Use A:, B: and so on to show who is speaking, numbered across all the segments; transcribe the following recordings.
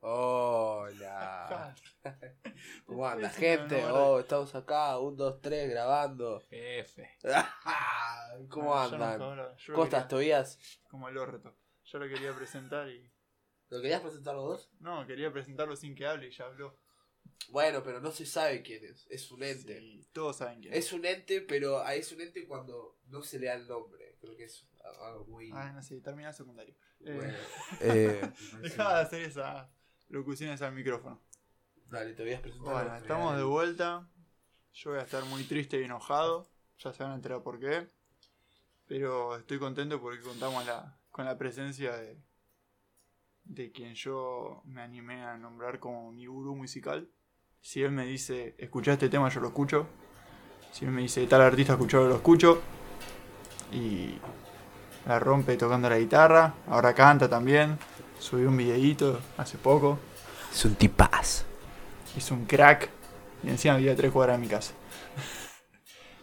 A: Hola. ¿Cómo anda, gente? Oh, estamos acá, un, dos, tres, grabando.
B: Jefe.
A: ¿Cómo
C: Ah, yo
A: andan?
C: nunca hablo. Yo lo
A: ¿Cómo estás,
C: quería-
A: Tobías?
C: Como el orto. Yo lo quería presentar y.
A: ¿Lo querías presentar los dos?
C: No, quería presentarlo sin que hable y ya habló.
A: Bueno, pero no se sabe quién es. Es un ente.
C: Sí, todos saben quién
A: Es un ente, pero a- es un ente cuando no se le da el nombre. Creo que es algo muy.
C: Ah, no sé, termina el secundario. Eh,
A: Bueno. Eh,
C: Dejá de hacer esas locuciones al micrófono.
A: Dale, Tobías, presentar.
C: Bueno, estamos de vuelta. Yo voy a estar muy triste y enojado. Ya se van a enterar por qué. Pero estoy contento porque contamos la, con la presencia de, de quien yo me animé a nombrar como mi gurú musical. Si él me dice, escuchá este tema, yo lo escucho. Si él me dice, tal artista, escuchalo, lo escucho. Y la rompe tocando la guitarra. Ahora canta también. Subí un videíto hace poco.
A: Es un tipaz.
C: Es un crack. Y encima había tres cuadras de mi casa.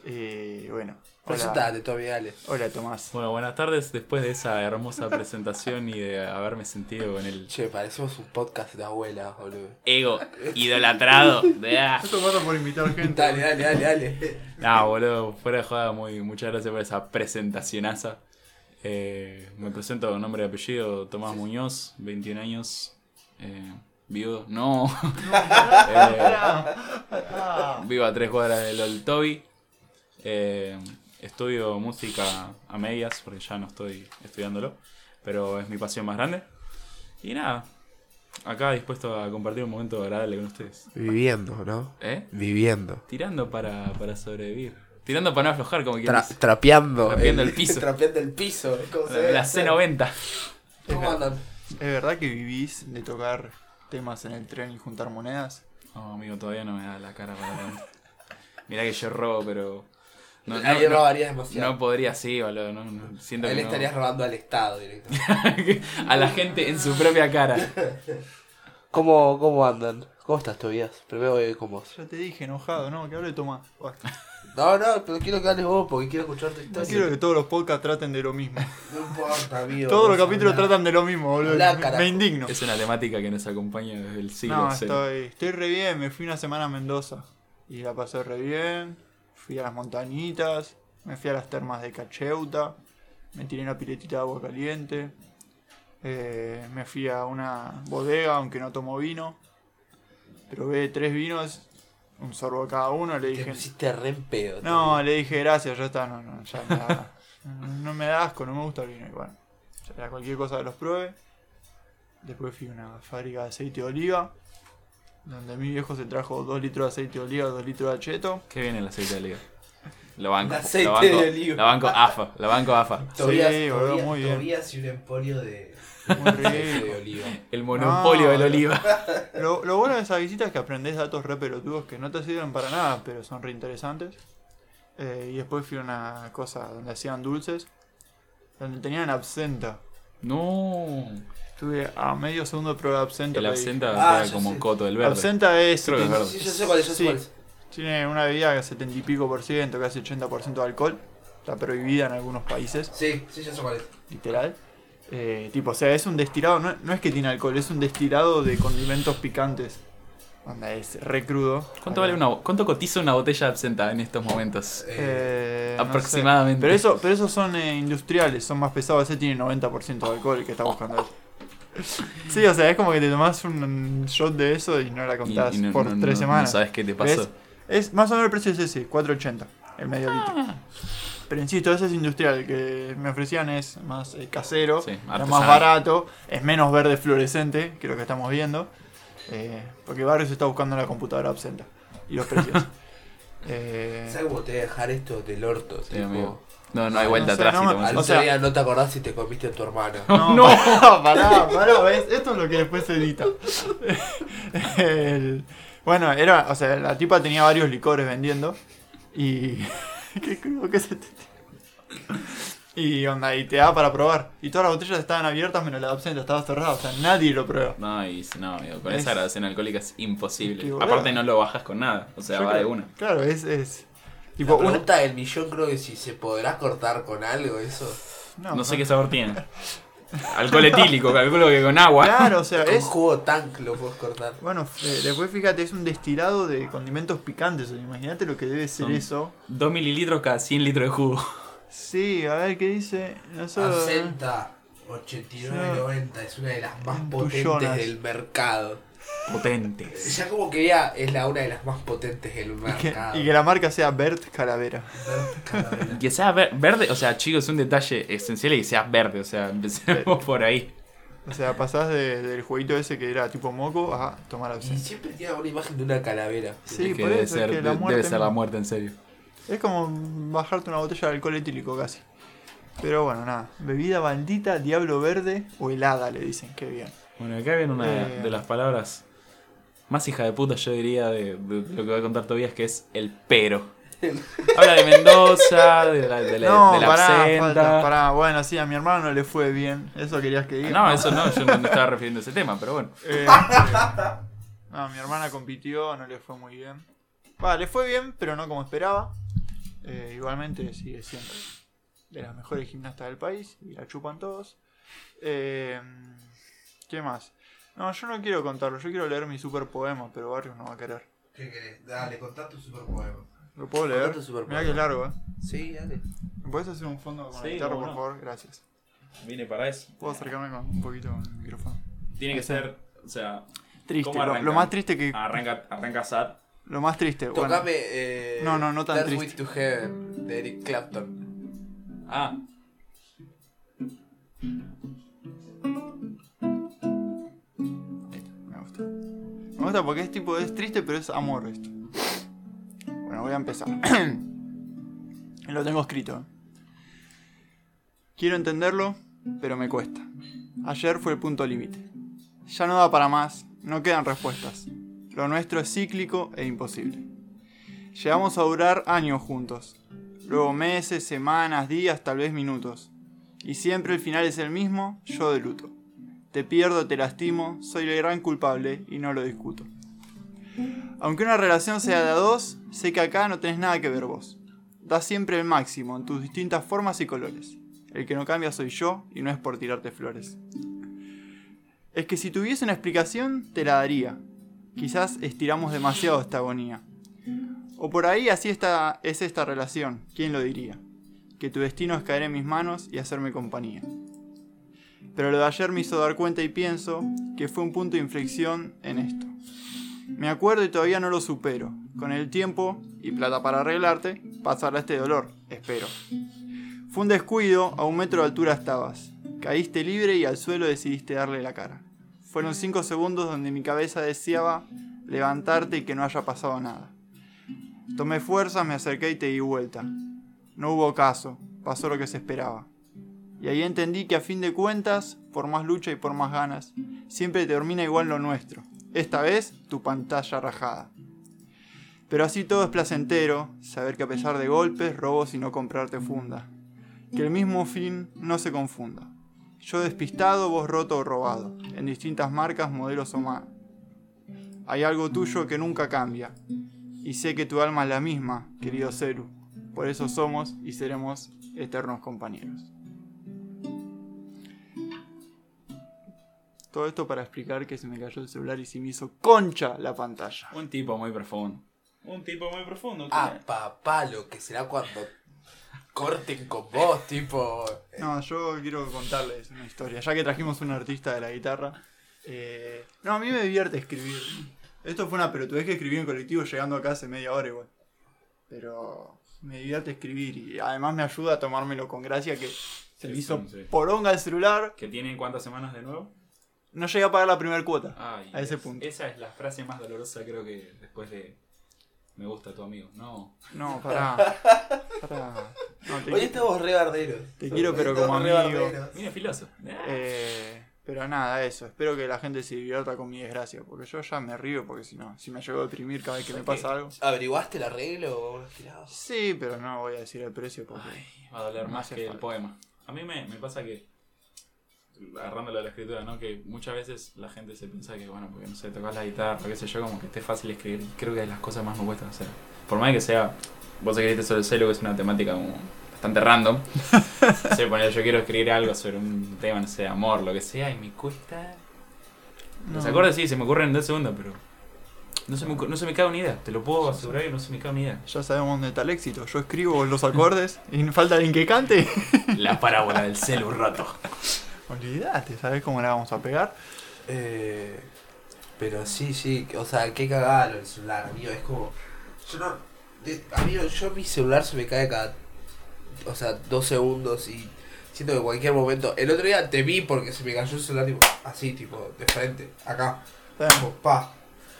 C: Eh, bueno. Hola,
A: Presentate, Toby, dale.
C: hola Tomás.
B: Bueno, buenas tardes. Después de esa hermosa presentación y de haberme sentido con el
A: Che, parecemos un podcast de abuela, boludo.
B: ego idolatrado. Ah.
C: Esto pasa por invitar gente.
A: Dale, dale, dale, dale.
B: No, boludo, fuera de joda, muy, muchas gracias por esa presentacionaza. Eh, me presento con nombre y apellido, Tomás Muñoz, 21 años, eh, vivo, no, Eh, vivo a tres cuadras del Old Toby. Eh, estudio música a medias, porque ya no estoy estudiándolo, pero es mi pasión más grande. Y nada, acá dispuesto a compartir un momento agradable con ustedes.
A: Viviendo, ¿no?
B: ¿Eh?
A: Viviendo.
B: Tirando para, para sobrevivir. Tirando para no aflojar, como quien
A: Tra-
B: dice.
A: trapeando.
B: Trapeando el piso.
A: trapeando el piso. ¿Cómo se
B: La,
A: ve?
B: la C90.
A: ¿Cómo andan?
C: ¿Es verdad que vivís de tocar temas en el tren y juntar monedas?
B: No, amigo, todavía no me da la cara para tanto. Mirá que yo robo, pero. No, no,
A: Ahí
B: no-
A: robarías demasiado.
B: no podría así, boludo. No, no, siento
A: Ahí
B: que
A: le
B: no.
A: estarías robando al Estado directamente.
B: a la gente en su propia cara.
A: ¿Cómo, ¿Cómo andan? ¿Cómo estás, Tobías? Primero voy con vos.
C: Ya te dije, enojado, ¿no? Que hable Tomás. Bueno,
A: No, no, pero quiero que hables vos porque quiero escuchar tu
C: no
A: historia.
C: quiero que todos los podcasts traten de lo mismo.
A: No importa, amigo.
C: Todos los
A: Vos
C: capítulos
A: hablá.
C: tratan de lo mismo, boludo.
A: Hablá,
C: Me-
A: carajo.
C: Me indigno.
B: Es una temática que nos acompaña desde el siglo
C: No,
B: cero.
C: estoy, estoy re bien. Me fui una semana a Mendoza y la pasé re bien. Fui a las montañitas, me fui a las termas de Cacheuta, me tiré una piletita de agua caliente, eh, me fui a una bodega, aunque no tomo vino. Probé tres vinos, un sorbo a cada uno. Le
A: Te
C: dije,
A: pusiste re en pedo.
C: no, le dije gracias, ya está, no, no, ya me da- no, no me da asco, no me gusta el vino. Y bueno, ya era cualquier cosa que los pruebe. Después fui a una fábrica de aceite de oliva, donde mi viejo se trajo 2 litros de aceite de oliva, 2 litros de cheto.
B: Qué bien el aceite de oliva. Lo banco.
A: El aceite
B: lo banco,
A: de oliva.
B: La banco AFA. La banco AFA.
A: Tobías,
C: Sí, boludo,
A: Tobías,
C: muy bien.
A: Tobías y un emporio de,
C: Muy
A: de
C: rico.
A: oliva.
B: El monopolio
C: No,
B: del
C: no.
B: oliva.
C: Lo, lo bueno de esa visita es que aprendés datos re pelotudos que no te sirven para nada, pero son re interesantes. Eh, y después fui a una cosa donde hacían dulces, donde tenían absenta.
B: No.
C: Estuve a medio segundo de probar absenta.
B: El
C: pero dije,
B: absenta
A: Ah,
B: queda
A: ya
B: como
A: sé.
B: coto del verde.
C: Absenta es.
B: Creo que es
C: tiene-
B: verde.
A: Sí, yo sé cuál es, yo sé
C: este Sí.
A: cuál es.
C: Tiene una bebida que 70 y pico por ciento, casi 80 por ciento de alcohol. Está prohibida en algunos países,
A: Sí, sí, yo sé cuál es.
C: literal. Eh, tipo, o sea, es un destilado, no, no es que tiene alcohol, es un destilado de condimentos picantes. Onda, es re crudo. Eh,
B: ¿Cuánto, vale
C: Acá.
B: una, ¿Cuánto cotiza una botella de absenta en estos momentos?
A: Eh,
C: Eh, no sé.
B: Aproximadamente.
C: Pero, eso, pero esos son eh, industriales, son más pesados. Ese tiene 90% de alcohol el que
B: Oh.
C: está buscando él. Sí, o sea, es como que te tomás un shot de eso y no la
B: Y- y
C: contás
B: no-
C: por
B: no-
C: tres
B: no-
C: semanas.
B: No ¿Sabes qué te pasó? eh,
C: ¿Ves? Es más o menos el precio es ese, 4.80, el medio
B: Ah.
C: litro. Pero insisto, ese es industrial, el que me ofrecían es más eh, casero,
B: Sí,
C: era más
B: artesanal.
C: barato, es menos verde fluorescente, que lo que estamos viendo. eh, porque Barrios está buscando la computadora absenta y los precios. Eh,
A: ¿Sabes cómo te voy a dejar esto del orto?
B: Sí,
A: tipo?
B: amigo. No, no hay
C: No
B: vuelta
C: sé,
B: atrás.
C: no
B: si
C: me-
B: tomas
A: Al
C: O
B: eso.
A: otro
C: sea-
A: día no te acordás si te comiste a tu hermana.
C: No,
B: No.
C: pará, pará, ¿ves? Esto es lo que después se edita. El- bueno, era, o sea, la tipa tenía varios licores vendiendo y qué crudo que se te... Y onda, y te da para probar. Y todas las botellas estaban abiertas menos la de absenta, estaba cerrada, o sea, nadie lo prueba.
B: No, y, no, amigo, con
C: Es-
B: esa grabación alcohólica es imposible.
C: Es que, boludo.
B: Aparte no lo bajas con nada, o sea,
C: Yo
B: va
C: creo-
B: de una.
C: Claro, es, es tipo
A: La
C: una-
A: pregunta del millón creo que si se podrá cortar con algo eso.
B: No sé qué sabor tiene. Alcohol etílico, calculo que con agua.
C: Claro, o sea,
A: Con
C: es.
A: jugo tank lo puedes cortar.
C: Bueno, eh, después fíjate, es un destilado de condimentos picantes. o sea, Imagínate lo que debe ser
B: Son-
C: eso.
B: 2 mililitros cada 100 litros de jugo.
C: Sí, a ver qué dice. eh, No sé.
A: Absenta 89 90 es una de las más potentes
C: Tullonas.
A: del mercado.
B: Potentes.
A: Ya como que ya es la una de las más potentes del
C: Y que,
A: mercado.
C: y que la marca sea Bert Calavera.
B: Y Que sea ver- verde, o sea, chicos, es un detalle esencial y que sea verde, o sea, empecemos por ahí.
C: O sea, pasás de- del jueguito ese que era tipo moco a tomar
A: Y
C: absenta.
A: siempre tiene una imagen de una calavera.
C: Sí,
B: Es que
C: por
B: debe
C: eso es
B: ser,
C: que la
B: de-
C: muerte
B: debe ser la
C: misma.
B: muerte, en serio.
C: Es como bajarte una botella de alcohol etílico casi. Pero bueno, nada. Bebida maldita, diablo verde o helada, le dicen. Qué bien.
B: Bueno, acá viene una
C: Eh.
B: de las palabras más hija de puta, yo diría, de, de lo que va a contar Tobías, que es el pero. Habla de Mendoza, de la, de la-
C: no,
B: de la
C: pará,
B: absenta.
C: falta, pará. Bueno, sí, a mi hermano no le fue bien. Eso querías que diga.
B: No, eso no, yo no me estaba refiriendo a ese tema, pero bueno.
C: Eh, no, mi hermana compitió, no le fue muy bien. Va, le fue bien, pero no como esperaba. Eh, igualmente sigue siendo de las mejores gimnastas del país y la chupan todos. Eh, ¿Qué más? No, yo no quiero contarlo, yo quiero leer mi super poema, pero Barrios no va a querer.
A: ¿Qué querés? Dale, contá tu superpoder.
C: ¿Lo puedo
A: Contá
C: leer?
A: tu superpoema.
C: Mira que largo, ¿eh?
A: Sí, dale.
C: ¿Me puedes hacer un fondo con la
B: Sí,
C: guitarra,
B: cómo
C: por
B: no.
C: favor? Gracias.
B: Vine para eso.
C: ¿Puedo acercarme con un poquito con el micrófono?
B: Tiene que ser, o sea,
C: Triste,
B: ¿Cómo
C: lo,
B: arranca?
C: lo más triste que.
B: arranca, arranca Sad.
C: Lo más triste, bueno.
A: Ah. Tocame. Eh,
C: No, no, no tan
A: That's
C: triste.
A: Way to Heaven de Eric Clapton.
B: Ah.
C: Me gusta. Me gusta porque es tipo, es triste, pero es amor esto. Bueno, voy a empezar. Lo tengo escrito. Quiero entenderlo, pero me cuesta. Ayer fue el punto límite. Ya no da para más, no quedan respuestas. Lo nuestro es cíclico e imposible. Llegamos a durar años juntos. Luego meses, semanas, días, tal vez minutos. Y siempre el final es el mismo, yo de luto. Te pierdo, te lastimo, soy el gran culpable y no lo discuto. Aunque una relación sea de a dos, sé que acá no tenés nada que ver vos. Das siempre el máximo en tus distintas formas y colores. El que no cambia soy yo y no es por tirarte flores. Es que si tuviese una explicación, te la daría. Quizás estiramos demasiado esta agonía. O por ahí así está, es esta relación, ¿quién lo diría? Que tu destino es caer en mis manos y hacerme compañía. Pero lo de ayer me hizo dar cuenta y pienso que fue un punto de inflexión en esto. Me acuerdo y todavía no lo supero. Con el tiempo y plata para arreglarte, pasará este dolor, espero. Fue un descuido, a un metro de altura estabas. Caíste libre y al suelo decidiste darle la cara. Fueron cinco segundos donde mi cabeza deseaba levantarte y que no haya pasado nada. Tomé fuerzas, me acerqué y te di vuelta. No hubo caso, pasó lo que se esperaba. Y ahí entendí que a fin de cuentas, por más lucha y por más ganas, siempre termina igual lo nuestro. Esta vez, tu pantalla rajada. Pero así todo es placentero, saber que a pesar de golpes, robos y no comprarte funda. Que el mismo fin no se confunda. Yo despistado, vos roto o robado, en distintas marcas, modelos o más. Hay algo tuyo que nunca cambia. Y sé que tu alma es la misma, querido Celu. Por eso somos y seremos eternos compañeros. Todo esto para explicar que se me cayó el celular y se me hizo concha la pantalla.
B: Un tipo muy profundo. Un tipo muy profundo.
A: Ah, papá, lo que será cuando corten con vos, tipo.
C: No, yo quiero contarles una historia. Ya que trajimos un artista de la guitarra. eh, no, a mí me divierte escribir. Esto fue una pelotudez que escribí en colectivo llegando acá hace media hora igual. Pero me divierte escribir y además me ayuda a tomármelo con gracia que se me
B: Sí,
C: hizo
B: sí.
C: poronga el celular.
B: ¿Que tiene cuántas semanas de nuevo?
C: No llegué a pagar la primera cuota.
B: Ay,
C: A ese
B: es-
C: punto.
B: Esa es la frase más dolorosa, creo que después de Me gusta tu amigo. No.
C: No, pará. pará. No, te-
A: Hoy estamos re barderos.
C: Te quiero, pero
A: Hoy
C: como
A: estamos re
C: amigo.
A: barderos.
B: Mira, filoso. Ah.
C: Eh, pero nada, eso. Espero que la gente se divierta con mi desgracia. Porque yo ya me río, porque si no, si me llego a deprimir cada vez que me pasa algo.
A: ¿Averiguaste el arreglo o unos tirados?
C: Sí, pero no voy a decir el precio porque.
B: Va a doler
C: No
B: más
C: hace
B: que el
C: falta.
B: poema. A mí me, me pasa que, agarrándolo de la escritura, ¿no? Que muchas veces la gente se piensa que, bueno, porque no sé, tocas la guitarra, qué sé yo, como que esté fácil escribir. Creo que es las cosas más me cuestan hacer. Por más que sea, vos escribiste sobre el celo, que es una temática como bastante random. No sé, poner, yo quiero escribir algo sobre un tema, no sé, amor, lo que sea, y me cuesta.
C: No.
B: ¿Los acordes? Sí, se me ocurren en dos segundos, pero. No se, me, ocur- no se me cae una idea, te lo puedo asegurar que no se me cae una idea.
C: Ya sabemos dónde está el éxito. Yo escribo los acordes y falta alguien que cante.
B: La parábola del celu roto.
C: Olvídate, ¿sabes cómo la vamos a pegar?
A: Eh, pero sí, sí, o sea, qué cagada lo del celular, amigo. Es como. Yo no. de- amigo, yo mi celular se me cae cada. O sea, dos segundos y siento que en cualquier momento. El otro día te vi porque se me cayó el celular, tipo, así, tipo, de frente, acá,
C: Está bien.
A: tipo, pa.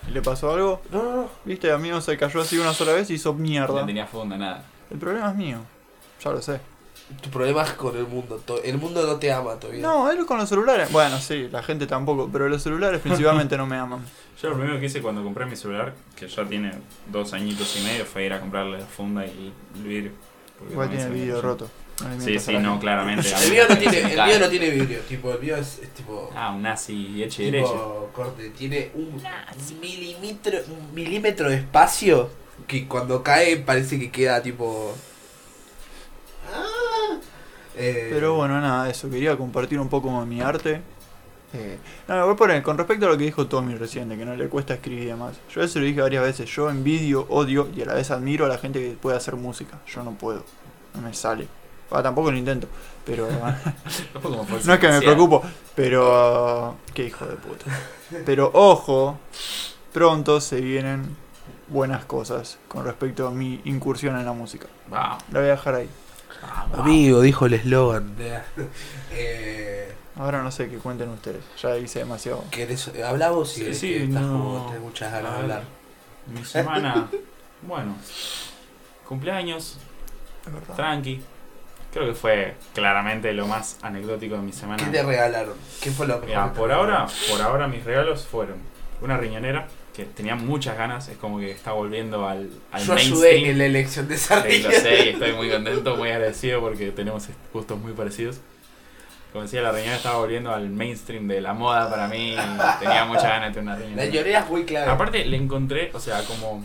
C: ¿Le pasó algo?
A: No, no, no.
C: Viste, a mí no se cayó así una sola vez y hizo
B: No
C: mierda.
B: tenía fondo, nada.
C: El problema es mío. Ya lo sé.
A: Tu problema es con el mundo. to- El mundo no te ama todavía.
C: No, él con los celulares. Bueno, sí, la gente tampoco, pero los celulares principalmente no me aman.
B: Yo lo primero que hice cuando compré mi celular, que ya tiene dos añitos y medio, fue ir a comprarle la funda y el vidrio. Porque
C: Igual
B: también
C: tiene
B: se
C: el
B: me
C: vidrio
B: cayó.
C: roto. No le
B: Sí,
C: mientas a
B: sí,
C: la
B: no,
C: gente.
B: claramente.
A: El mío no tiene, el mío no tiene vidrio, tipo, el mío es, es tipo.
B: Ah, un nazi y hecho y derecho.
A: tipo corte, tiene un milímetro, un milímetro de espacio que cuando cae parece que queda tipo. Ah. Eh,
C: Pero bueno, nada, eso. Quería compartir un poco de mi arte. Eh, no, voy a poner, con respecto a lo que dijo Tommy recién, de que no le cuesta escribir y demás. Yo eso lo dije varias veces. Yo envidio, odio y a la vez admiro a la gente que puede hacer música. Yo no puedo. No me sale. Ah, tampoco lo intento. Pero. No es que me preocupo, pero. Qué hijo de puta. Pero ojo, pronto se vienen buenas cosas con respecto a mi incursión en la música.
B: Vamos,
C: La voy a dejar ahí.
B: vamos.
A: Amigo, dijo el eslogan. Eh,
C: Ahora no sé qué cuenten ustedes. Ya hice demasiado.
A: ¿querés- ¿Hablamos?
B: Sí,
A: Sí, sí,
B: sí,
A: estás
B: no.
A: como tenés muchas ganas de
B: A ver.
A: hablar.
B: Mi semana. Bueno, cumpleaños,
C: Es verdad.
B: tranqui. Creo que fue claramente lo más anecdótico de mi semana.
A: ¿Qué te regalaron? ¿Qué fue lo mejor?
B: Mira,
A: que te
B: por
A: regalaron?
B: ahora, por ahora mis regalos fueron una riñonera que tenía muchas ganas, es como que está volviendo al, al
A: Yo ayudé en
B: mainstream.
A: la elección de esa
B: Sí, lo
A: región.
B: sé, y estoy muy contento, muy agradecido porque tenemos gustos muy parecidos. Como decía, la riñonera estaba volviendo al mainstream de la moda para mí. y Tenía muchas ganas de tener una
A: La
B: riñonera.
A: llorera es muy clara.
B: Aparte le encontré, o sea, como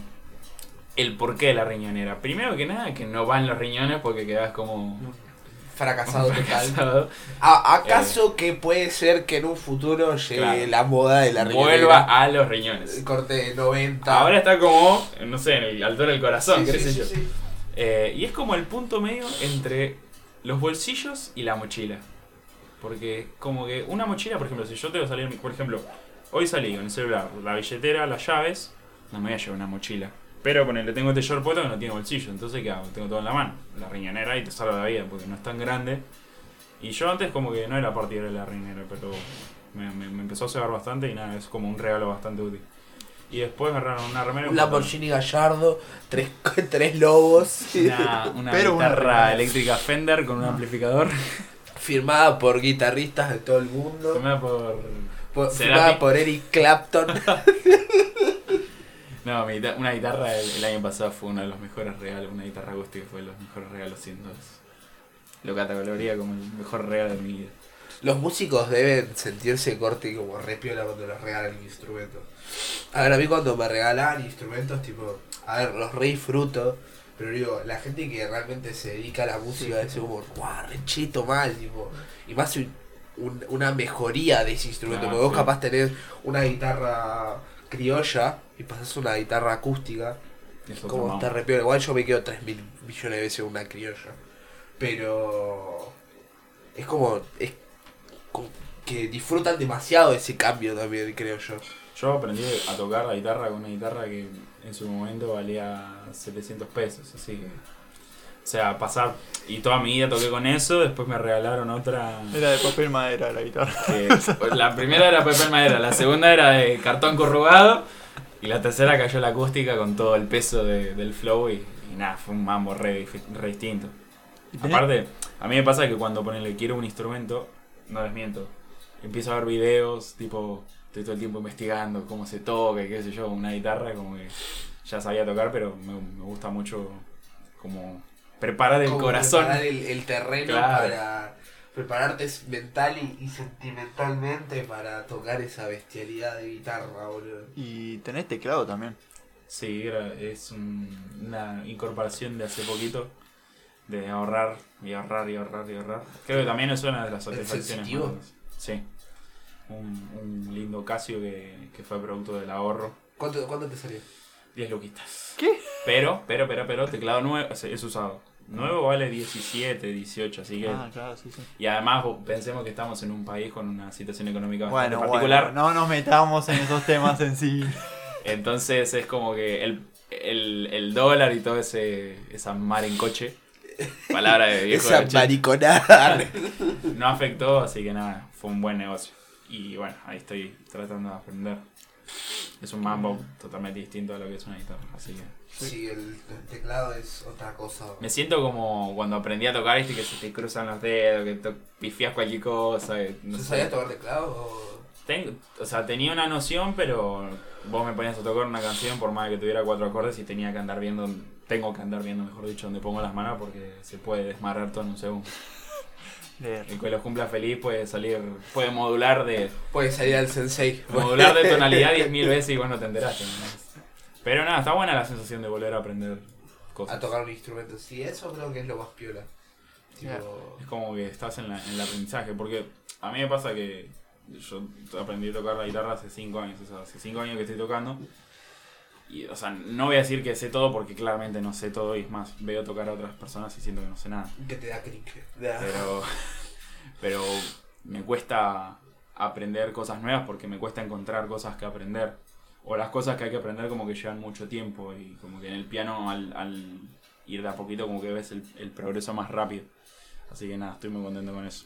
B: el porqué de la riñonera. Primero que nada, que no van los riñones porque quedas como
A: fracasado total.
B: fracasado. Eh.
A: ¿A- ¿Acaso que puede ser que en un futuro llegue
B: Claro.
A: la moda de la
B: Vuelva
A: riñonera?
B: a los riñones.
A: El corte de 90.
B: Ahora está como, no sé, en el altura del corazón,
A: Sí,
B: qué
A: sí,
B: sé
A: sí,
B: yo.
A: sí.
B: Eh, y es como el punto medio entre los bolsillos y la mochila. Porque como que una mochila, por ejemplo, si yo tengo que salir, por ejemplo, hoy salí con el celular, la billetera, las llaves, no me voy a llevar una mochila. Pero ponele, tengo este short puesto que no tiene bolsillo, entonces ¿qué hago? Tengo todo en la mano, la riñonera y te salva la vida porque no es tan grande. Y yo antes como que no era partidario de la riñonera, pero me, me- me empezó a cegar bastante y nada, es como un regalo bastante útil. Y después me agarraron una remera
A: Un
B: y un pantalón.
A: Lamborghini Gallardo, tres, tres lobos,
B: una, una
C: Pero una
B: guitarra
C: remera.
B: eléctrica Fender con un
C: Ah.
B: amplificador.
A: firmada por guitarristas de todo el mundo,
B: Tomada por.
A: por-
B: Cerati.
A: firmada por Eric Clapton.
B: No, mi guita- una guitarra el, el año pasado fue uno de los mejores regalos. Una guitarra acústica fue de los mejores regalos, sin dudas. Lo catalogaría como el mejor regalo de mi vida.
A: Los músicos deben sentirse corte y como repiola cuando les regalan instrumentos. A ver, a mí cuando me regalan instrumentos, tipo, a ver, los re disfruto, pero digo, la gente que realmente se dedica a la música es como, guau, re cheto mal, tipo, y más un- un- una mejoría de ese instrumento,
B: Ah,
A: porque vos
B: sí.
A: capaz tenés una guitarra criolla y pasás una guitarra acústica,
B: Es otro
A: como
B: mambo.
A: está re piola. Igual yo me quedo 3 mil millones de veces una criolla. Pero. Es como. Es como que disfrutan demasiado ese cambio también, creo yo.
B: Yo aprendí a tocar la guitarra con una guitarra que en su momento valía 700 pesos, así que. O sea, pasar. Y toda mi vida toqué con eso, después me regalaron otra.
C: Era de papel madera la guitarra.
B: que Eh, pues la primera era papel madera, la segunda era de cartón corrugado y la tercera cayó la acústica con todo el peso de- del flow y, y nada, fue un mambo re, difi- re distinto. Aparte, a mí me pasa que cuando ponele quiero un instrumento, no les miento, empiezo a ver videos, tipo, estoy todo el tiempo investigando cómo se toca y qué sé yo, una guitarra como que ya sabía tocar, pero me, me gusta mucho como preparar el
A: Como
B: corazón.
A: Preparar el, el terreno
B: Claro.
A: para prepararte es- mental y, y sentimentalmente para tocar esa bestialidad de guitarra, boludo.
C: Y tenés teclado también.
B: Sí, era- es un- una incorporación de hace poquito de ahorrar y ahorrar y ahorrar y ahorrar. Creo que también es una de las
A: ¿El
B: satisfacciones.
A: sensitivo?
B: más grandes. Sí. Un, un lindo Casio que, que fue producto del ahorro.
A: ¿Cuánto, cuánto te salió?
B: 10 luquitas.
C: ¿Qué?
B: Pero, pero, pero, pero, teclado nuevo es es usado. Nuevo vale 17, 18, así que...
C: Ah, claro, sí, sí.
B: Y además vos- pensemos que estamos en un país con una situación económica bastante
C: Bueno,
B: particular.
C: bueno, no nos metamos en esos temas en sí.
B: Entonces es como que el, el, el dólar y todo ese esa mar en coche. Palabra de viejo.
A: Esa
B: de coche,
A: mariconada.
B: no afectó, así que nada, fue un buen negocio. Y bueno, ahí estoy tratando de aprender. Es un mambo totalmente distinto a lo que es una guitarra, así que...
A: Sí, el, el teclado es otra cosa.
B: Me siento como cuando aprendí a tocar, viste, que se te cruzan los dedos, que to- pifias cualquier cosa, que no
A: ¿Tú
B: sé.
A: sabías tocar teclado? O...
B: Tengo- o sea, tenía una noción, pero vos me ponías a tocar una canción por más que tuviera cuatro acordes y tenía que andar viendo, tengo que andar viendo, mejor dicho, donde pongo las manos porque se puede desmarrar todo en un segundo.
C: Leer.
B: El que los cumpla feliz puede salir, puede modular de,
A: Puede salir al sensei.
B: modular de tonalidad 10.000 veces y vos no te enteraste. ¿no? Pero nada, está buena la sensación de volver a aprender
A: a
B: cosas.
A: tocar un instrumento. Sí, eso creo que es lo más piola. Tipo,
B: Es como que estás en, la- en el aprendizaje, porque a mí me pasa que yo aprendí a tocar la guitarra hace 5 años, o sea, hace 5 años que estoy tocando. Y, o sea, no voy a decir que sé todo porque claramente no sé todo y es más, veo tocar a otras personas y siento que no sé nada.
A: que te da crique. Da-
B: Pero, pero me cuesta aprender cosas nuevas porque me cuesta encontrar cosas que aprender. O las cosas que hay que aprender como que llevan mucho tiempo y como que en el piano al, al ir de a poquito como que ves el, el progreso más rápido. Así que nada, estoy muy contento con eso.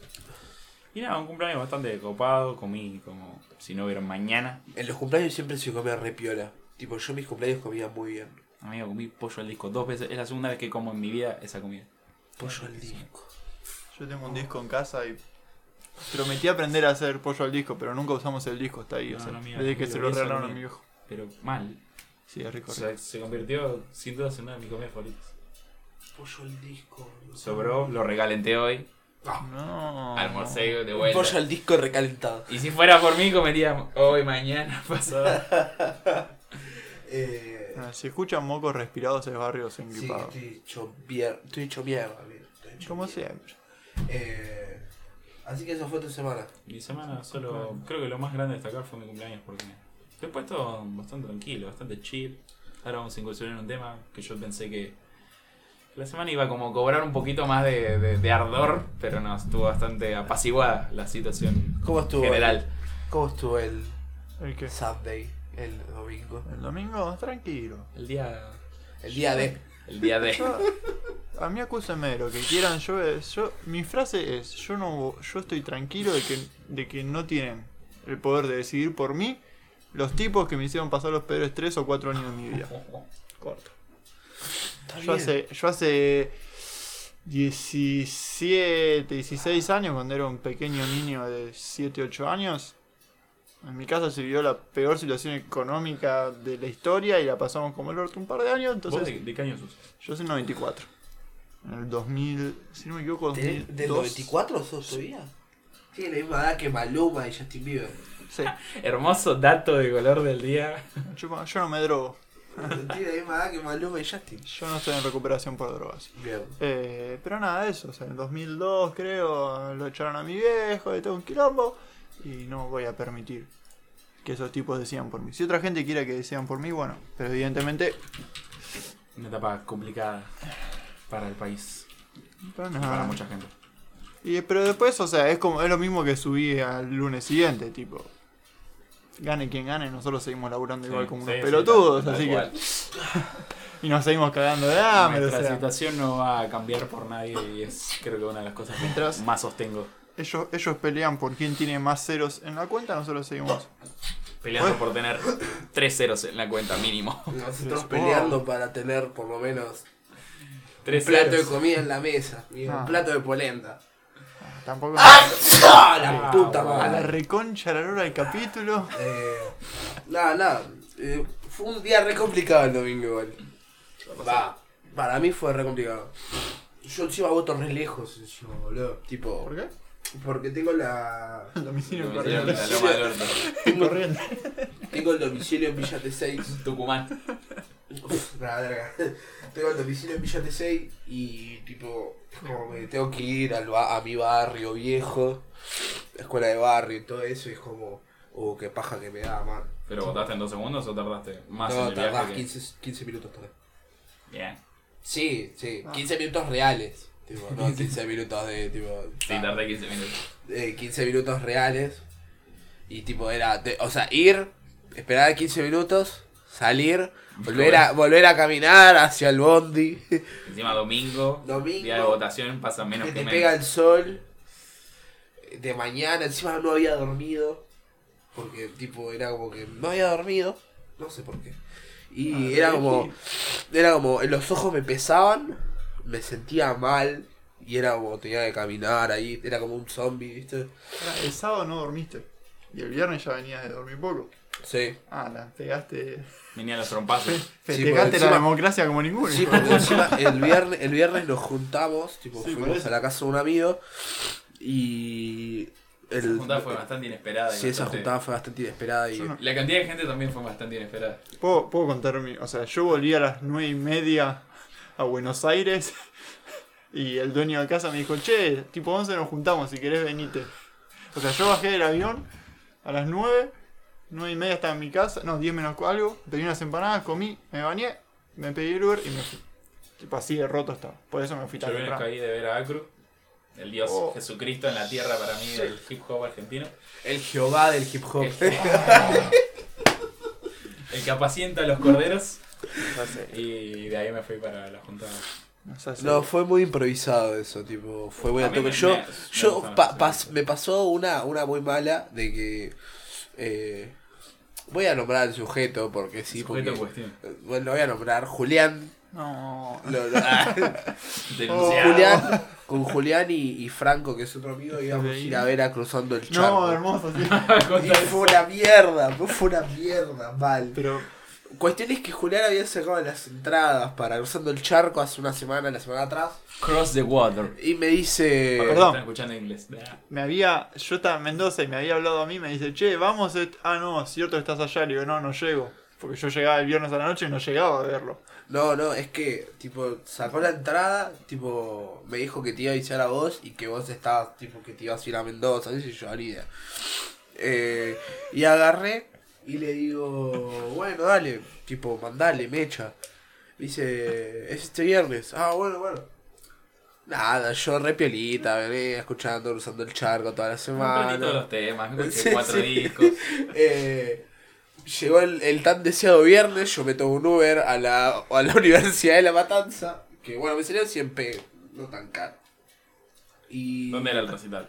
B: Y nada, un cumpleaños bastante copado, comí como si no hubiera un mañana.
A: En los cumpleaños siempre se come re piola. Tipo, yo mis cumpleaños comía muy bien.
B: Amigo, comí pollo al disco dos veces. Es la segunda vez que como en mi vida esa comida.
A: Pollo al disco.
C: Yo tengo un disco en casa y prometí aprender a hacer pollo al disco, pero nunca usamos el disco, está ahí. o
B: No,
C: sea,
B: no, mío,
C: desde que
B: mío,
C: se lo
B: mío,
C: regalaron a
B: mío.
C: mi viejo.
B: Pero mal.
C: Sí, es rico.
B: O sea, se convirtió sin duda en una de mis comidas favoritas.
A: Pollo al disco. boludo.
B: Sobró, lo recalenté hoy,
A: Ah,
C: No.
B: almorcé de
A: un
B: vuelta.
A: pollo al disco recalentado.
B: Y si fuera por mí, comería hoy, mañana, pasado.
A: Eh,
C: Ah, Si escuchan mocos respirados es barrio sin
A: sí, que estoy hecho mierda. Estoy hecho mierda. amigo. Estoy hecho
C: Como
A: mierda.
C: siempre.
A: Eh, así que eso fue tu semana.
B: Mi semana solo, creo que lo más grande a destacar fue mi cumpleaños porque después todo bastante tranquilo, bastante chill. Ahora vamos a incursionar en un tema que yo pensé que la semana iba como a cobrar un poquito más de, de- de ardor, pero no, estuvo bastante apaciguada la situación
A: ¿Cómo estuvo?
B: general.
A: ¿Cómo estuvo el
C: ¿El qué?
A: Sunday, el domingo?
C: El domingo, tranquilo.
B: El día,
A: El día de.
B: el día de...
C: Yo- a mí acúsenme de lo que quieran. Yo, yo, mi frase es, yo no, yo estoy tranquilo de que, de que no tienen el poder de decidir por mí los tipos que me hicieron pasar los peores tres o cuatro años de mi vida. Corto.
A: Está
C: Yo
A: bien.
C: hace, yo hace 17, 16 años, cuando era un pequeño niño de 7, 8 años, en mi casa se vivió la peor situación económica de la historia y la pasamos como el orto un par de años,
B: ¿Vos
C: entonces...
B: de, de qué año sos?
C: Yo soy 94. En el 2000, si no me equivoco,
A: ¿Del
C: 2002.
A: del 94 sos todavía? Tiene la misma edad que Maluma y Justin Bieber.
C: Sí.
B: Hermoso dato de color del día.
C: Yo, yo no me drogo.
A: Tiene la misma edad que Maluma y Justin.
C: Yo no estoy en recuperación por drogas.
A: Bien.
C: Eh, pero nada, eso. O sea, en el 2002, creo, lo echaron a mi viejo, de todo un quilombo. Y no voy a permitir que esos tipos decían por mí. Si otra gente quiera que decían por mí, bueno. Pero evidentemente,
B: Una etapa complicada para el país
C: pero
B: y para
C: nada.
B: mucha gente.
C: Y, pero después, o sea, es como es lo mismo que subí al lunes siguiente, tipo. Gane quien gane, nosotros seguimos laburando igual como unos pelotudos, así que. Y nos seguimos cagando de
A: Ah,
C: hambre, o
B: Nuestra
C: sea.
B: situación no va a cambiar por nadie y es creo que una de las cosas que
C: Mientras-
B: más sostengo.
C: Ellos, ellos pelean por quién tiene más ceros en la cuenta, nosotros seguimos.
B: Peleando por tener tres ceros en la cuenta mínimo.
A: Nosotros
C: Oh.
A: peleando para tener por lo menos un
B: Tres
A: plato de
B: ceros.
A: comida en la mesa. y Un
C: Ah.
A: plato de polenta.
C: Tampoco.
A: ¡Ah, la
B: Ah,
A: puta
B: bueno.
C: A la
A: madre!
C: reconcha la hora del capítulo.
A: Eh, nada, nada. Eh, fue un día re complicado el domingo igual. Va, para mí fue re complicado. Yo encima voto re lejos encima, boludo. Tipo,
C: ¿Por qué?
A: porque tengo la.
C: El domicilio en
B: Me tiraron
C: corriente.
B: la loma del orto.
A: Tengo,
C: Corriente.
A: tengo el domicilio en Villa T6.
B: Tucumán.
A: la verga. Tengo la oficina en Villa T6 y tipo, es como me tengo que ir al ba- a mi barrio viejo, la escuela de barrio y todo eso, y es como, uh, qué paja que me da, man.
B: ¿Pero votaste en dos segundos o tardaste más en
A: No,
B: el viaje?
A: tardás
B: que-
A: 15, 15 minutos tarde.
B: Bien.
A: Sí, sí,
C: Ah.
A: 15 minutos reales. Tipo, no 15 minutos de tipo.
B: Sí, tardé 15 minutos.
A: eh, 15 minutos reales. Y tipo era, de- o sea, ir, esperar 15 minutos, salir, volver a, volver a caminar hacia el bondi.
B: Encima domingo,
A: Domingo.
B: día de votación, pasa menos
A: que
B: que,
A: te
B: menos.
A: pega el sol. eh, De mañana, encima no había dormido. Porque tipo era como que no había dormido. No sé por qué. Y
C: Ah,
A: era
C: sí.
A: como, era como, los ojos me pesaban, me sentía mal. Y era como, tenía que caminar ahí, era como un zombie, ¿viste?
C: Pará, El sábado no dormiste. Y el viernes ya venías de dormir poco.
A: Sí.
C: Ah, la pegaste.
B: Venían los trompazos.
C: Festejaste la
A: encima-
C: democracia como ninguno.
A: Sí, porque encima el viernes, el viernes nos juntamos, tipo,
C: Sí, por
A: fuimos
C: eso.
A: a la casa de un amigo y.
B: Esa
A: El,
B: juntada fue bastante inesperada. y
A: sí, esa
B: bastante-
A: juntada fue bastante inesperada y.
C: Yo no-
B: La cantidad de gente también fue bastante inesperada.
C: ¿Puedo, puedo contar mi. O sea, yo volví a las nueve y media a Buenos Aires y el dueño de casa me dijo, che, tipo 11 nos juntamos, si querés venite. O sea, yo bajé del avión a las 9, 9 y media estaba en mi casa, no, 10 menos algo, pedí unas empanadas, comí, me bañé, me pedí el Uber y me fui. Tipo así de roto estaba, por eso me fui
B: Yo
C: tan
B: vengo
C: temprano.
B: caí de ver a Acru, el dios
C: Oh.
B: Jesucristo en la tierra para mí del hip hop argentino.
A: El Jehová del hip hop.
B: El, el que apacienta a los corderos.
C: No sé,
B: Y de ahí me fui para la juntada.
C: no sé si-
A: No, fue muy improvisado eso, tipo, fue muy
B: A
A: al
B: mí
A: toque.
B: me-
A: Yo,
B: me- me
A: yo
B: gustan
A: pa-
B: las
A: pas- me pasó una, una muy mala de que. eh, voy a nombrar al sujeto porque sí,
B: Sujeto pues. en
A: porque.
B: cuestión.
A: eh, Bueno, lo voy a nombrar Julián.
C: No,
A: Lo- ah, lo-
B: Denunciado.
A: Oh, Julián, con Julián y, y Franco, que es otro amigo, íbamos a ir a ver a cruzando el charco.
C: no, hermoso, sí.
A: y fue una mierda, fue una mierda, mal.
C: Pero
A: Cuestión es que Julián había sacado las entradas para cruzando el charco hace una semana, la semana atrás,
B: Cross the water.
A: y me dice.
B: Para los que
C: Perdón.
B: Están escuchando en inglés.
C: me había, yo estaba en Mendoza y me había hablado a mí, me dice, che, vamos, est- ah no, cierto, estás allá, le digo, no, no llego. Porque yo llegaba el viernes a la noche y no llegaba a verlo.
A: No, no, es que, tipo, sacó la entrada, tipo, me dijo que te iba a avisar a vos y que vos estabas, tipo, que te ibas a ir a Mendoza, qué sé yo, ni idea. Eh, y agarré y le digo, bueno, dale, tipo, mandale, mecha. Me dice, es este viernes. Ah, bueno, bueno. Nada, yo re piolita, venía escuchando, usando el charco toda la
B: Aprendí todos
A: semana.
B: los temas, me escuché
A: Sí,
B: cuatro
A: sí.
B: discos.
A: Eh, llegó el, el tan deseado viernes, yo me tomo un Uber a la, a la Universidad de La Matanza, que bueno, me salía 100 p, no tan caro. Y
B: ¿Dónde era el recital?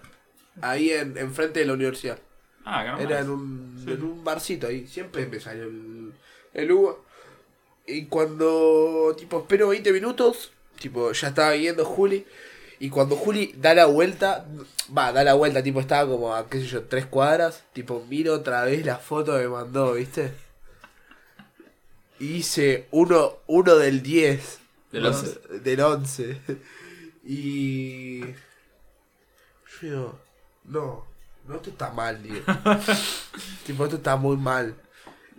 A: ahí en, enfrente de la universidad.
B: Ah, acá nomás.
A: Era en un,
C: Sí.
A: en un barcito ahí. Siempre me salió el, el Hugo. Y cuando, tipo, espero 20 minutos, tipo, ya estaba viendo Juli. Y cuando Juli da la vuelta, va, da la vuelta, tipo, estaba como a, qué sé yo, tres cuadras. Tipo, miro otra vez la foto que me mandó, ¿viste? Y hice uno, uno del 10.
B: Del 11.
A: Del 11. Y... Yo digo, no, no, esto está mal, digo. tipo, esto está muy mal.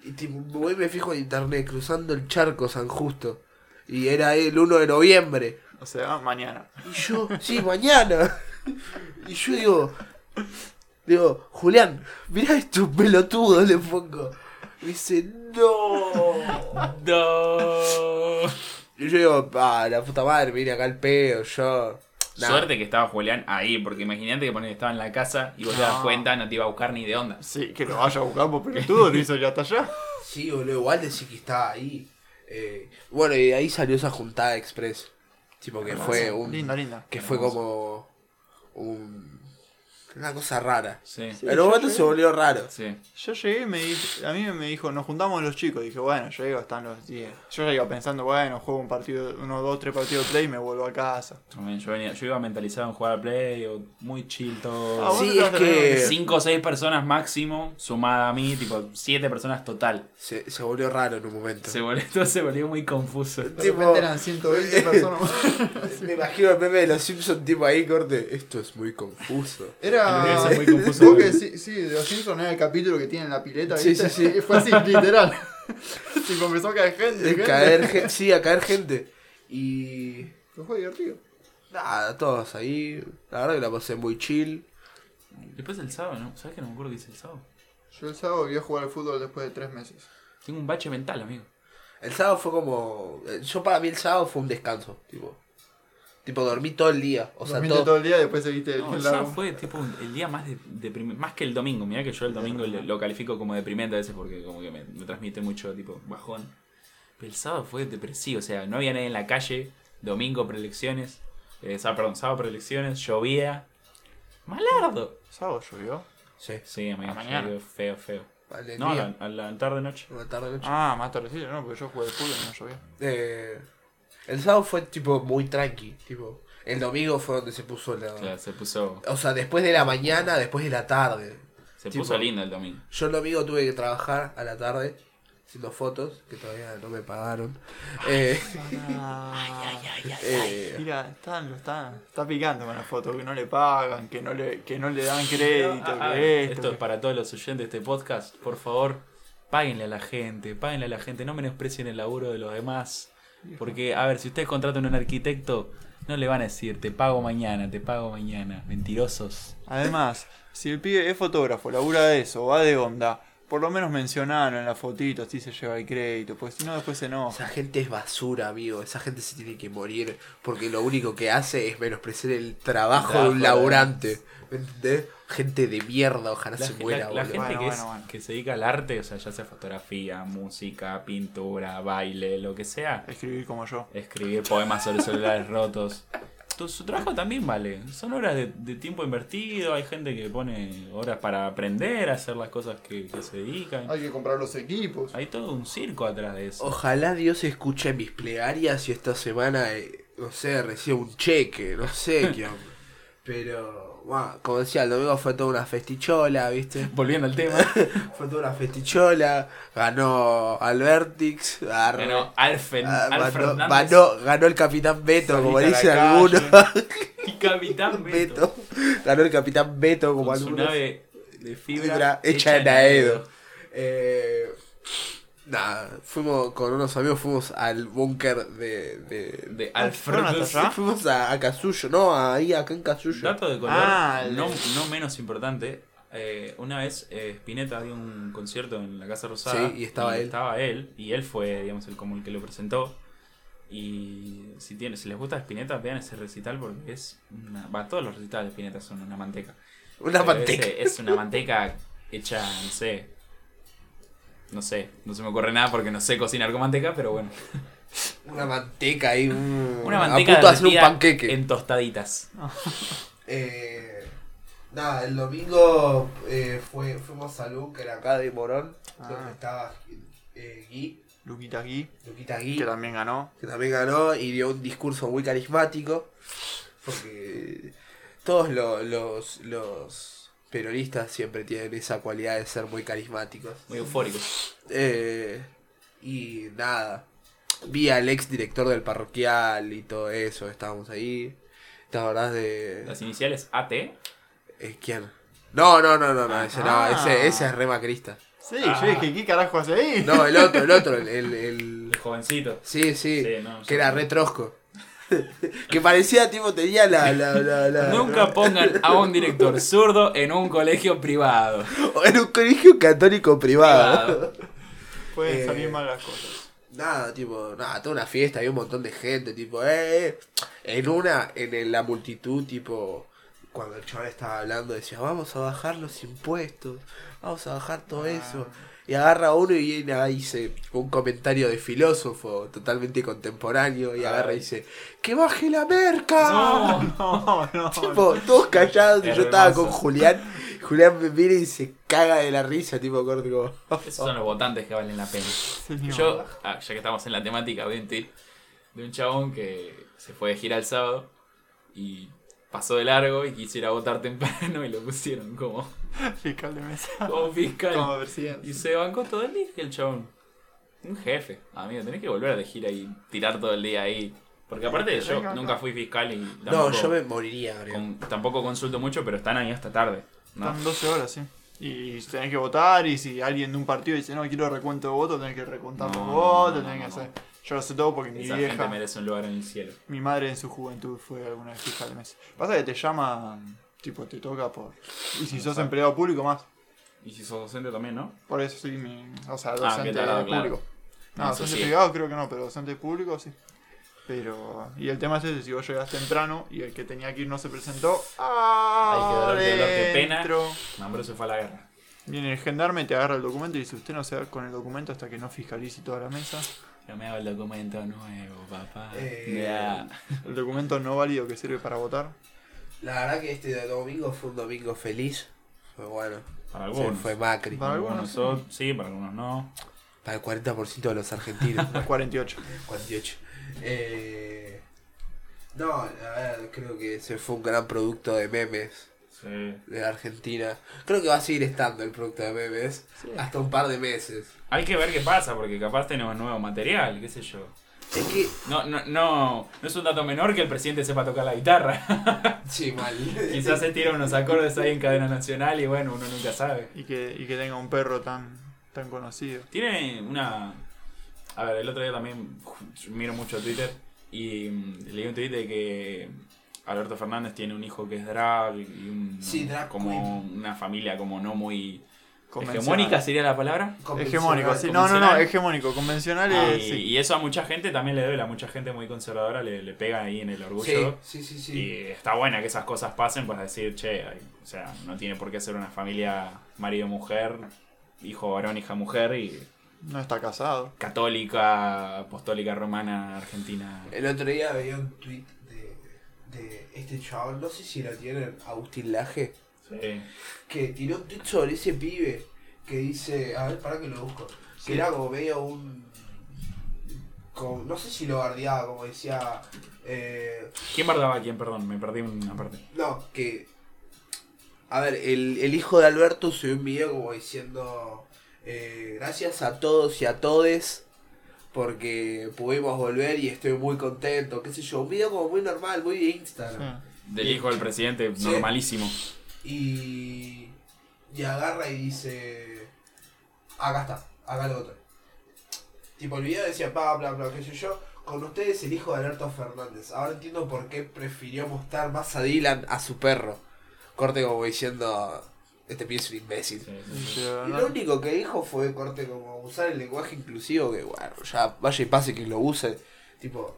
A: Y tipo, me voy y me fijo en internet, cruzando el charco San Justo. Y era el 1 de noviembre.
C: O sea, mañana.
A: Y yo, sí, mañana. Y yo digo, digo, Julián, mirá esto, pelotudo, le pongo. Me dice, no.
B: No.
A: Y yo digo, ah, la puta madre, mira acá el pedo, yo. Nah.
B: Suerte que estaba Julián ahí, porque imagínate que ponele, estaba en la casa y vos te das
C: No.
B: cuenta, no te iba a buscar ni de onda.
C: Sí, que lo vaya a buscar por pelotudo, lo hizo ya hasta allá.
A: Sí, boludo, igual decir que estaba ahí. Eh, bueno, y de ahí salió esa juntada express. Tipo que fue un.
C: Linda, linda.
A: Que fue como. Un, una cosa rara.
B: Sí. Sí.
A: En un momento se volvió raro.
C: Yo llegué y me dijo, a mí me dijo, nos juntamos los chicos. Dije, bueno, llego, están los 10. Yo llego pensando, bueno, juego un partido, unos dos, tres partidos de play y me vuelvo a casa.
B: También yo, venía- yo iba mentalizado en jugar al play, o muy chill
C: Ah,
B: todo.
C: vos
A: Sí, es
C: estás de-
A: que-
B: Cinco o seis personas máximo, sumada a mí, tipo siete personas total.
A: Se, se volvió raro en un momento.
B: Se volvió, todo se volvió muy confuso.
C: De
A: Tipo-
C: repente eran 120 personas.
A: Me imagino el meme de los Simpsons, tipo ahí, corte. Esto es muy confuso.
B: El
C: Era.
B: universo es muy confuso.
C: Vos que sí, sí, de los Simpsons era el capítulo que tienen la pileta,
A: Sí,
C: ¿viste?
A: sí, sí.
C: Fue así, literal. tipo, empezó a caer gente.
A: De
C: gente.
A: caer gente, sí, a caer gente. Y
C: Pero fue divertido.
A: nada, todos ahí. La verdad que la pasé muy chill.
B: Después el sábado, ¿no? ¿Sabes que no me acuerdo qué hice el sábado?
C: Yo el sábado iba a jugar al fútbol después de tres meses.
B: Tengo un bache mental, amigo.
A: El sábado fue como. eh, Yo para mí el sábado fue un descanso, tipo. Tipo, dormí todo el día. O sea,
C: Dormiste
A: todo.
C: todo el día y después seguiste
B: No, el sábado fue tipo un- el día más de- deprimente, más que el domingo. Mirá que yo el domingo le- lo califico como deprimente a veces porque como que me, me transmite mucho tipo bajón. Pero el sábado fue depresivo, o sea, no había nadie en la calle, domingo preelecciones, eh, sábado, perdón, sábado preelecciones, llovía. Malardo.
C: ¿Sábado llovió?
A: Sí.
B: Sí, amigo,
C: A mañana.
B: llovió feo, feo.
A: Vale,
B: No, a
A: día.
B: la, a la tarde noche.
A: Una tarde noche.
C: Ah, más tardecillo, no, porque yo jugué al fútbol y no llovió.
A: Eh, el sábado fue tipo muy tranqui, tipo. El domingo fue donde se puso la.
B: O sea, se puso
A: O sea, después de la mañana, después de la tarde.
B: se
A: Tipo-
B: puso lindo el domingo.
A: Yo el domingo tuve que trabajar a la tarde haciendo fotos, que todavía no me pagaron. Eh,
C: Ah,
A: eh,
C: Mira, están, lo están, está picando con la foto, que no le pagan, que no le, que no le dan crédito,
B: Ah, ah,
C: que
B: esto
C: esto.
B: es para todos los oyentes de este podcast. Por favor, páguenle a la gente, páguenle a la gente, no menosprecien el laburo de los demás. Porque, a ver, si ustedes contratan a un arquitecto, no le van a decir, te pago mañana, te pago mañana. Mentirosos.
C: Además, si el pibe es fotógrafo, labura de eso, va de onda, por lo menos mencionalo en la fotito, así se lleva el crédito, pues si no después se enoja.
A: esa gente es basura, amigo. Esa gente se tiene que morir porque lo único que hace es menospreciar el trabajo de un
B: Trabajo de-
A: laburante. ¿Me entendés? Gente de mierda, ojalá
B: La,
A: se
B: gen-
A: muera,
B: la- la
A: boludo.
B: gente
C: Bueno,
B: que, es-
C: bueno, bueno.
B: que se dedica al arte, o sea, ya sea fotografía, música, pintura, baile, lo que sea,
C: Escribir como yo.
B: escribir poemas sobre celulares rotos. Tu- su trabajo también vale. Son horas de, de tiempo invertido. Hay gente que pone horas para aprender a hacer las cosas que, que se dedican.
C: que comprar los equipos.
B: Hay todo un circo atrás de eso.
A: Ojalá Dios escuche mis plegarias y esta semana, eh, no sé, reciba un cheque, no sé qué onda. Pero, bueno, como decía, el domingo fue toda una festichola, ¿viste?
B: Volviendo al tema.
A: Fue toda una festichola, ganó Albertix, arre.
B: Bueno, Alfen,
A: Ah,
B: Alf
A: ganó,
B: Fernández
A: ganó, ganó el Capitán Beto, como
C: Saliste a
A: dicen
C: la
A: algunos.
B: y Capitán Beto.
A: Beto. Ganó el Capitán Beto, como
B: con su
A: algunos.
B: nave de fibra,
A: Fibra hecha en Aedo. Eh, nada, fuimos con unos amigos, fuimos al búnker de, de-
B: De
C: ¿Fueron hasta
B: Alfredo.
C: allá?
A: Fuimos a, a Casuyo, no, ahí acá en Casuyo.
B: Dato de color,
C: Ah, el-
B: no, no menos importante. eh, una vez eh, Spinetta dio un concierto en la Casa Rosada.
A: Sí, y estaba él.
B: Estaba él. Y él fue, digamos, el, como el que lo presentó. Y si, tiene, si les gusta Spinetta, vean ese recital porque es una. Va, todos los recitales de Spinetta son una manteca.
A: Una
B: Pero
A: manteca.
B: ese Es una manteca hecha, no sé. No sé, no se me ocurre nada porque no sé cocinar con manteca, pero bueno.
A: Una manteca ahí. un-
B: Una manteca
A: a punto de hacer un
B: derretida
A: panqueque.
B: en tostaditas.
A: Eh, nada, el domingo eh, fue, fuimos a Luke, que era acá de Morón,
C: Ah.
A: donde estaba eh, Gui,
C: Luquita Gui,
A: Luquita Gui.
C: que también ganó.
A: que también ganó y dio un discurso muy carismático. Porque todos lo- los, los peronistas siempre tienen esa cualidad de ser muy carismáticos.
B: Muy eufórico.
A: Eh, y nada, vi al ex director del parroquial y todo eso, estábamos ahí. ¿Te acordás de.
B: Las iniciales AT.
A: eh, ¿Quién? No, no, no, no, no, ese, no,
C: Ah.
A: ese, ese es remacrista.
C: Sí,
B: Ah.
C: yo dije, ¿qué carajo hace ahí?
A: No, el otro, el otro, el. el- el-
B: El jovencito.
A: Sí, sí,
B: Sí, no,
A: que
B: yo-
A: era re trosco. que parecía, tipo, tenía la. la, la, la-
B: Nunca pongan a un director zurdo en un colegio privado.
A: Era un colegio católico privado.
B: Privado.
C: Pueden
A: Eh,
C: salir mal las cosas.
A: Nada, tipo, nada, toda una fiesta, había un montón de gente, tipo, eh, eh. En una, en el- la multitud, tipo, cuando el chaval estaba hablando, decía, vamos a bajar los impuestos, vamos a bajar
B: Ah.
A: todo eso. Y agarra uno y viene ahí y dice un comentario de filósofo totalmente contemporáneo y agarra y dice, ¡que baje la merca!
B: No.
C: No, no.
A: Tipo, todos callados y
B: Es
A: yo estaba
B: hermoso.
A: con Julián. Julián me mira y se caga de la risa, tipo corto como.
B: Esos son los votantes que valen la pena.
C: señor.
B: Yo, ah, ya que estamos en la temática, vi un tweet de un chabón que se fue de gira el sábado y pasó de largo y quisiera votar temprano y lo pusieron como,
C: Fiscal de mesa.
B: como fiscal.
C: Como presidente.
B: Y se bancó todo el día el chabón. Un jefe, amigo, tenés que volver de gira y tirar todo el día ahí. Porque aparte yo nunca fui fiscal y
A: No,
B: tampoco,
A: yo me moriría, creo.
B: con- tampoco consulto mucho, pero están ahí hasta tarde. ¿no?
C: Están 12 horas, sí. Y tenés que votar, y si alguien de un partido dice, no, quiero recuento de votos, tenés que recontar los
B: No,
C: votos,
B: no,
C: tenés que
B: no,
C: hacer... Yo lo sé todo porque mi
B: Esa gente
C: vieja,
B: merece un lugar en el cielo.
C: mi madre en su juventud fue alguna vez fija de mesa. Pasa que te llama, tipo, te toca por... Y si sos
B: Exacto.
C: empleado público más,
B: Y si sos docente también, ¿no?
C: por eso soy mi... O sea,
B: Ah,
C: docente
B: que tarado, claro.
C: público. No,
B: No, eso
C: docente
B: sí.
C: privado creo que no, pero docente público sí. Pero... Y el tema es ese, si vos llegás temprano y el que tenía que ir no se presentó,
B: dolor, qué dolor, qué pena.
C: adentro.
B: Mambrú se fue a la guerra.
C: Viene el gendarme, te agarra el documento y dice, usted no se va con el documento hasta que no fiscalice toda la mesa.
B: No me hago el documento nuevo, papá.
A: Eh.
B: Ya.
C: El documento no válido que sirve para votar.
A: La verdad que este domingo fue un domingo feliz. Fue bueno.
B: Para
A: Se
B: algunos.
A: fue Macri.
C: Para algunos,
B: son- sí, para algunos no.
A: Para el 40% de los argentinos.
C: 48.
A: 48. Eh, no, a ver, creo que se fue un gran producto de memes
B: Sí.
A: de la Argentina. Creo que va a seguir estando el producto de memes hasta un par de meses.
B: Hay que ver qué pasa, porque capaz tenemos nuevo material, qué sé yo.
A: Es que,
B: No, no, no, no es un dato menor que el presidente sepa tocar la guitarra.
A: sí, mal.
B: Quizás se tira unos acordes ahí en cadena nacional y bueno, uno nunca sabe.
C: Y que, y que tenga un perro tan, tan conocido.
B: Tiene una. A ver, el otro día también ju- miro mucho Twitter y mm, leí un tweet de que Alberto Fernández tiene un hijo que es drag y un,
A: Sí, drag
B: como una familia como no muy
C: Convencional.
B: hegemónica sería la palabra.
C: Hegemónico, sí.
A: Convencional.
C: No, no, no,
B: convencional.
C: hegemónico. Convencional
B: Y,
A: Ah,
C: es... Sí.
B: y eso a mucha gente también le duele, a mucha gente muy conservadora le, le pega ahí en el orgullo.
A: Sí, sí, sí. sí.
B: Y está buena que esas cosas pasen para decir, che, ay, o sea, no tiene por qué ser una familia marido-mujer, hijo varón, hija-mujer y
C: No está casado.
B: católica, apostólica romana argentina.
A: El otro día veía un tweet de, de este chaval, no sé si lo tienen, Agustín Laje,
B: Sí.
A: que tiró un tweet sobre ese pibe que dice, a ver, para que lo busco, que era como medio un... como- no sé si lo bardeaba, como decía... eh,
B: ¿Quién bardaba a quién? Perdón, me perdí una parte.
A: no, que... A ver, el, el hijo de Alberto subió un video como diciendo, eh, gracias a todos y a todes porque pudimos volver y estoy muy contento, qué sé yo, un video como muy normal, muy de Instagram.
B: Ah.
C: Sí.
B: Del hijo del presidente,
A: Sí.
B: normalísimo.
A: Y, y agarra y dice, acá está, acá lo otro. Tipo, el video decía, bla, bla, bla, qué sé yo, con ustedes el hijo de Alberto Fernández. Ahora entiendo por qué prefirió mostrar más a Dylan a su perro. Corte como diciendo, este pibe es un imbécil.
C: Pero
A: Y
C: no-
A: lo único que dijo fue, corte, como usar el lenguaje inclusivo, que bueno, ya vaya y pase que lo use. Tipo,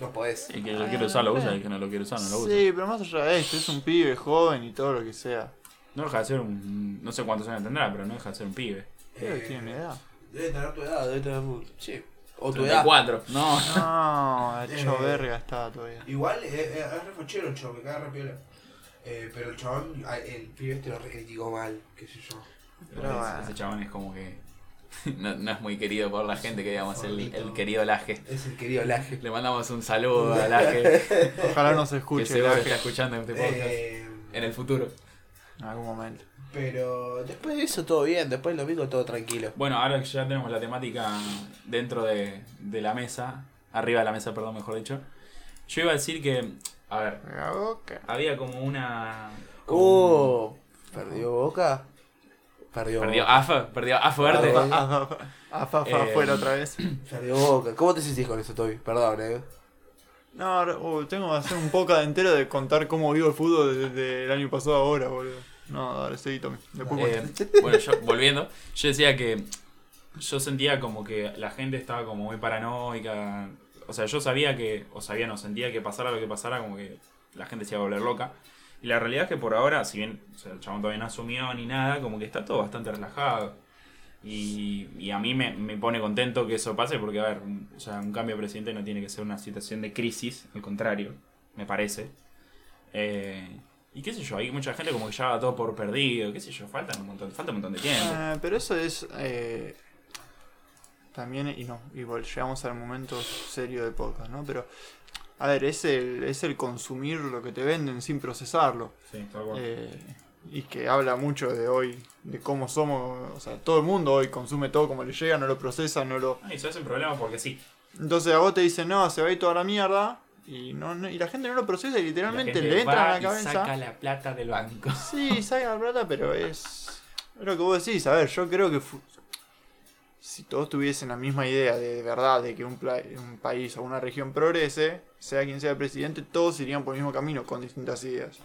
A: no podés.
B: El que lo quiere usar lo usa, el que no lo quiere usar no lo usa.
C: Sí, pero más allá de esto, es un pibe joven y todo lo que sea.
B: No deja de ser un. No sé cuántos años tendrá, pero no deja de ser un pibe.
C: Creo que
A: Eh,
C: tiene mi edad.
A: Debe tener tu edad, debe tener... tu- Sí, o tu edad.
B: 34. No.
C: No, hecho
A: Eh.
C: verga está todavía.
A: Igual eh, eh, es re fachero el chavo, me cae re piola. Eh, pero el chabón, a- el pibe este lo recriticó mal, qué sé yo.
C: Pero
B: Ese-
C: bueno.
B: Ese chabón es como que. No, no es muy querido por la gente, que digamos, el, el querido Laje.
A: Es el querido Laje.
B: Le mandamos un saludo a Laje,
C: Ojalá no se
B: que
C: escuche
B: seguro
C: Laje,
B: está escuchando este podcast
A: Eh,
B: en el futuro.
C: en algún momento.
A: pero después de eso todo bien, después el domingo todo tranquilo.
B: Bueno, ahora que ya tenemos la temática dentro de, de la mesa, arriba de la mesa, perdón, mejor dicho. Yo iba a decir que, a ver,
C: La boca.
B: había como una. como un-
A: Oh, perdió Boca. Perdió,
B: Perdió
A: Boca.
B: AFA, perdió AFA verde.
A: Ah,
C: Afafa
B: Eh,
C: afuera otra vez.
A: Perdió Boca. ¿Cómo te sentís con eso, Toby? Perdón, eh.
C: No, ahora- uh, tengo que hacer un poco de entero de contar cómo vivo el fútbol desde el año pasado a ahora, boludo. No, dale, seguí, Tommy. Después
B: Eh,
C: cuento.
B: bueno, yo, volviendo, yo decía que yo sentía como que la gente estaba como muy paranoica. O sea, yo sabía que, o sabía, no, sentía que pasara lo que pasara, como que la gente se iba a volver loca. Y la realidad es que por ahora, si bien o sea, el chabón todavía no asumió ni nada, como que está todo bastante relajado. Y, y a mí me, me pone contento que eso pase, porque, a ver, un- o sea, un cambio de presidente no tiene que ser una situación de crisis, al contrario, me parece. Eh, y qué sé yo, hay mucha gente como que ya va todo por perdido, qué sé yo, faltan un montón, falta un montón de tiempo.
C: Eh, pero eso es. eh, también, y no, y vol- llegamos al momento serio de podcast, ¿no? Pero, a ver, es el, es el consumir lo que te venden sin procesarlo.
B: Sí, tal cual.
C: Eh, y que habla mucho de hoy, de cómo somos. O sea, todo el mundo hoy consume todo como le llega, no lo procesa, no lo.
B: Ah, y se hacen problemas porque sí.
C: Entonces a vos te dicen, no, se va a ir toda la mierda. Y, no, no- y la gente no lo procesa y
B: La
C: literalmente
B: gente
C: le entra
B: va
C: en la
B: y saca
C: cabeza.
B: la plata del banco.
C: Sí, saca la plata, pero es. Es lo que vos decís, a ver, yo creo que fu- si todos tuviesen la misma idea de, de verdad de que un, pla- un país o una región progrese, sea quien sea el presidente, todos irían por el mismo camino con distintas ideas.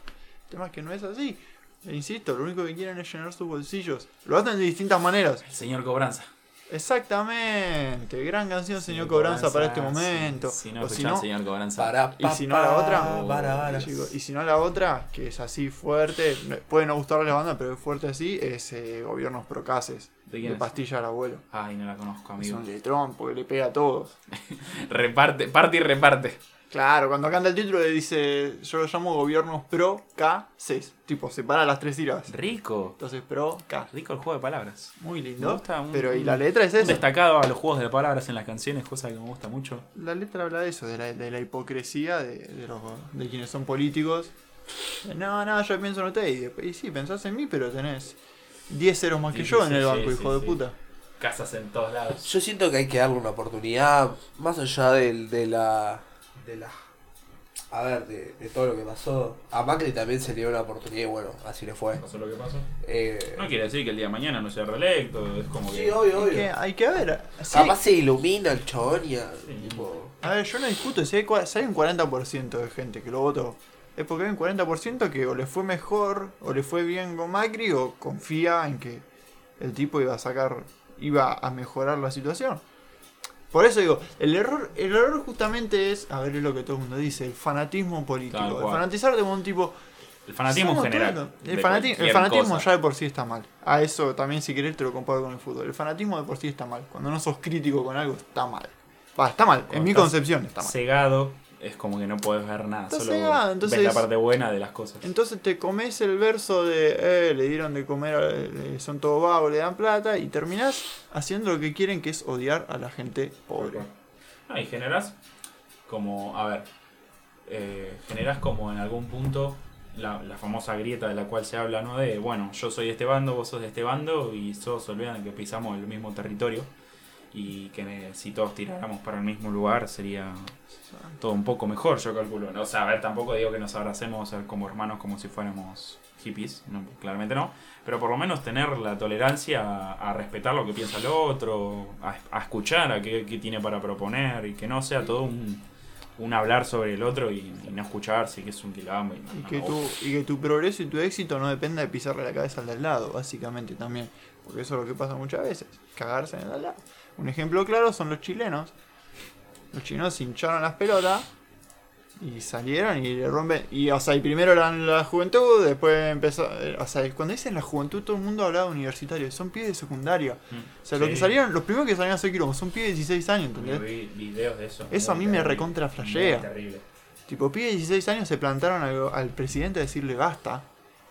C: El tema es que no es así. E insisto, lo único que quieren es llenar sus bolsillos. Lo hacen de distintas maneras.
B: El señor Cobranza.
C: Exactamente. Gran canción, señor Cobranza, para este momento.
B: Si, no
C: O si
B: escuchan
C: no-
B: al señor Cobranza.
A: Para,
C: ¿Y si no la otra?
A: Para, para.
C: Chico, Y si no la otra, que es así fuerte, no- puede no gustarle a la banda, pero es fuerte así, es eh, gobiernos procases.
B: ¿De quién
C: De
B: es?
C: pastilla al abuelo.
B: Ay, no la conozco,
C: Es
B: amigo.
C: un letrón porque le pega a todos.
B: Reparte, parte y reparte.
C: Claro, cuando canta el título le dice, yo lo llamo gobiernos procases. Tipo, separa las tres sílabas.
B: Rico.
C: Entonces, proca.
B: Rico el juego de palabras.
C: Muy
B: Me
C: lindo.
B: gusta un-
C: Pero y la letra es eso.
B: Destacado a los juegos de palabras en las canciones, cosa que me gusta mucho.
C: La letra habla de eso, de la, de la hipocresía de, de los, de quienes son políticos. No, no, yo pienso en usted. Y, después- y sí, pensás en mí, pero tenés 10 ceros más que
B: Sí,
C: yo
B: sí,
C: en el
B: sí,
C: banco,
B: sí,
C: hijo
B: sí,
C: de
B: sí.
C: puta.
B: Casas en todos lados.
A: Yo siento que hay que darle una oportunidad, más allá del, de la. de la. A ver, de, de todo lo que pasó. A Macri también se le dio una oportunidad y bueno, así le fue.
B: Pasó lo que pasó.
A: Eh,
B: No quiere decir que el día de mañana no sea reelecto. Es como
A: sí,
B: que.
A: obvio,
C: Hay que,
A: obvio.
C: hay que ver. si hay-
A: Capaz se ilumina el chabón y. a-
B: Sí.
A: tipo,
C: a ver, yo no discuto. Si hay, cua- si hay un 40% de gente que lo votó, es porque hay un 40% que o le fue mejor, o le fue bien con Macri, o confía en que el tipo iba a sacar, iba a mejorar la situación. Por eso digo, el error, el error justamente es, a ver, es lo que todo el mundo dice, el fanatismo político.
B: Tal
C: El
B: cual.
C: fanatizarte como un tipo,
B: El fanatismo en
C: Somos
B: general.
C: todos los- El,
B: de
C: fanati- el
B: cualquier
C: fanatismo
B: cosa.
C: ya de por sí está mal. A eso también, si querés, te lo comparo con el fútbol. El fanatismo de por sí está mal. Cuando no sos crítico con algo, está mal. Va, está mal. en
B: Cuando
C: mi
B: estás
C: concepción está mal.
B: Cegado. Es como que no puedes ver nada.
C: Estás
B: Solo
C: cegado,
B: ves
C: entonces-
B: la parte buena de las cosas.
C: Entonces te comes el verso de eh, le dieron de comer, a- eh, son todos vagos, le dan plata y terminás haciendo lo que quieren, que es odiar a la gente pobre.
B: No, y generas como, a ver, eh, generas como en algún punto la, la famosa grieta de la cual se habla, ¿no? De, bueno, yo soy de este bando, vos sos de este bando y todos se olvidan que pisamos el mismo territorio y que ne- si todos tiráramos para el mismo lugar sería todo un poco mejor, yo calculo. ¿no? O sea, a ver, tampoco digo que nos abracemos eh, como hermanos como si fuéramos hippies, no, claramente no, pero por lo menos tener la tolerancia a, a respetar lo que piensa el otro, a, a escuchar a qué, qué tiene para proponer y que no sea todo un, un hablar sobre el otro y, y no escucharse, que es un quilombo. Y,
C: Y
B: no,
C: que,
B: no,
C: tu, y que tu progreso y tu éxito no dependa de pisarle la cabeza al de al lado, básicamente también. Porque eso es lo que pasa muchas veces, cagarse en el de al lado. Un ejemplo claro son los chilenos. Los chilenos se hincharon las pelotas y salieron y le rompen. Y, o sea, y primero eran la juventud, después empezó. eh, O sea, cuando dicen la juventud, todo el mundo hablaba de universitario, son pibes de secundaria.
B: Mm.
C: O sea, los que
B: Sí.
C: salieron, los primeros que salieron a hacer quilombo son pibes de 16 años,
B: Yo
C: ¿entendés?
B: vi videos de eso.
C: Eso a
B: muy
C: mí me
B: terrible,
C: recontra
B: muy
C: flashea.
B: terrible.
C: Tipo, pibes de 16 años se plantaron al, al presidente a decirle basta.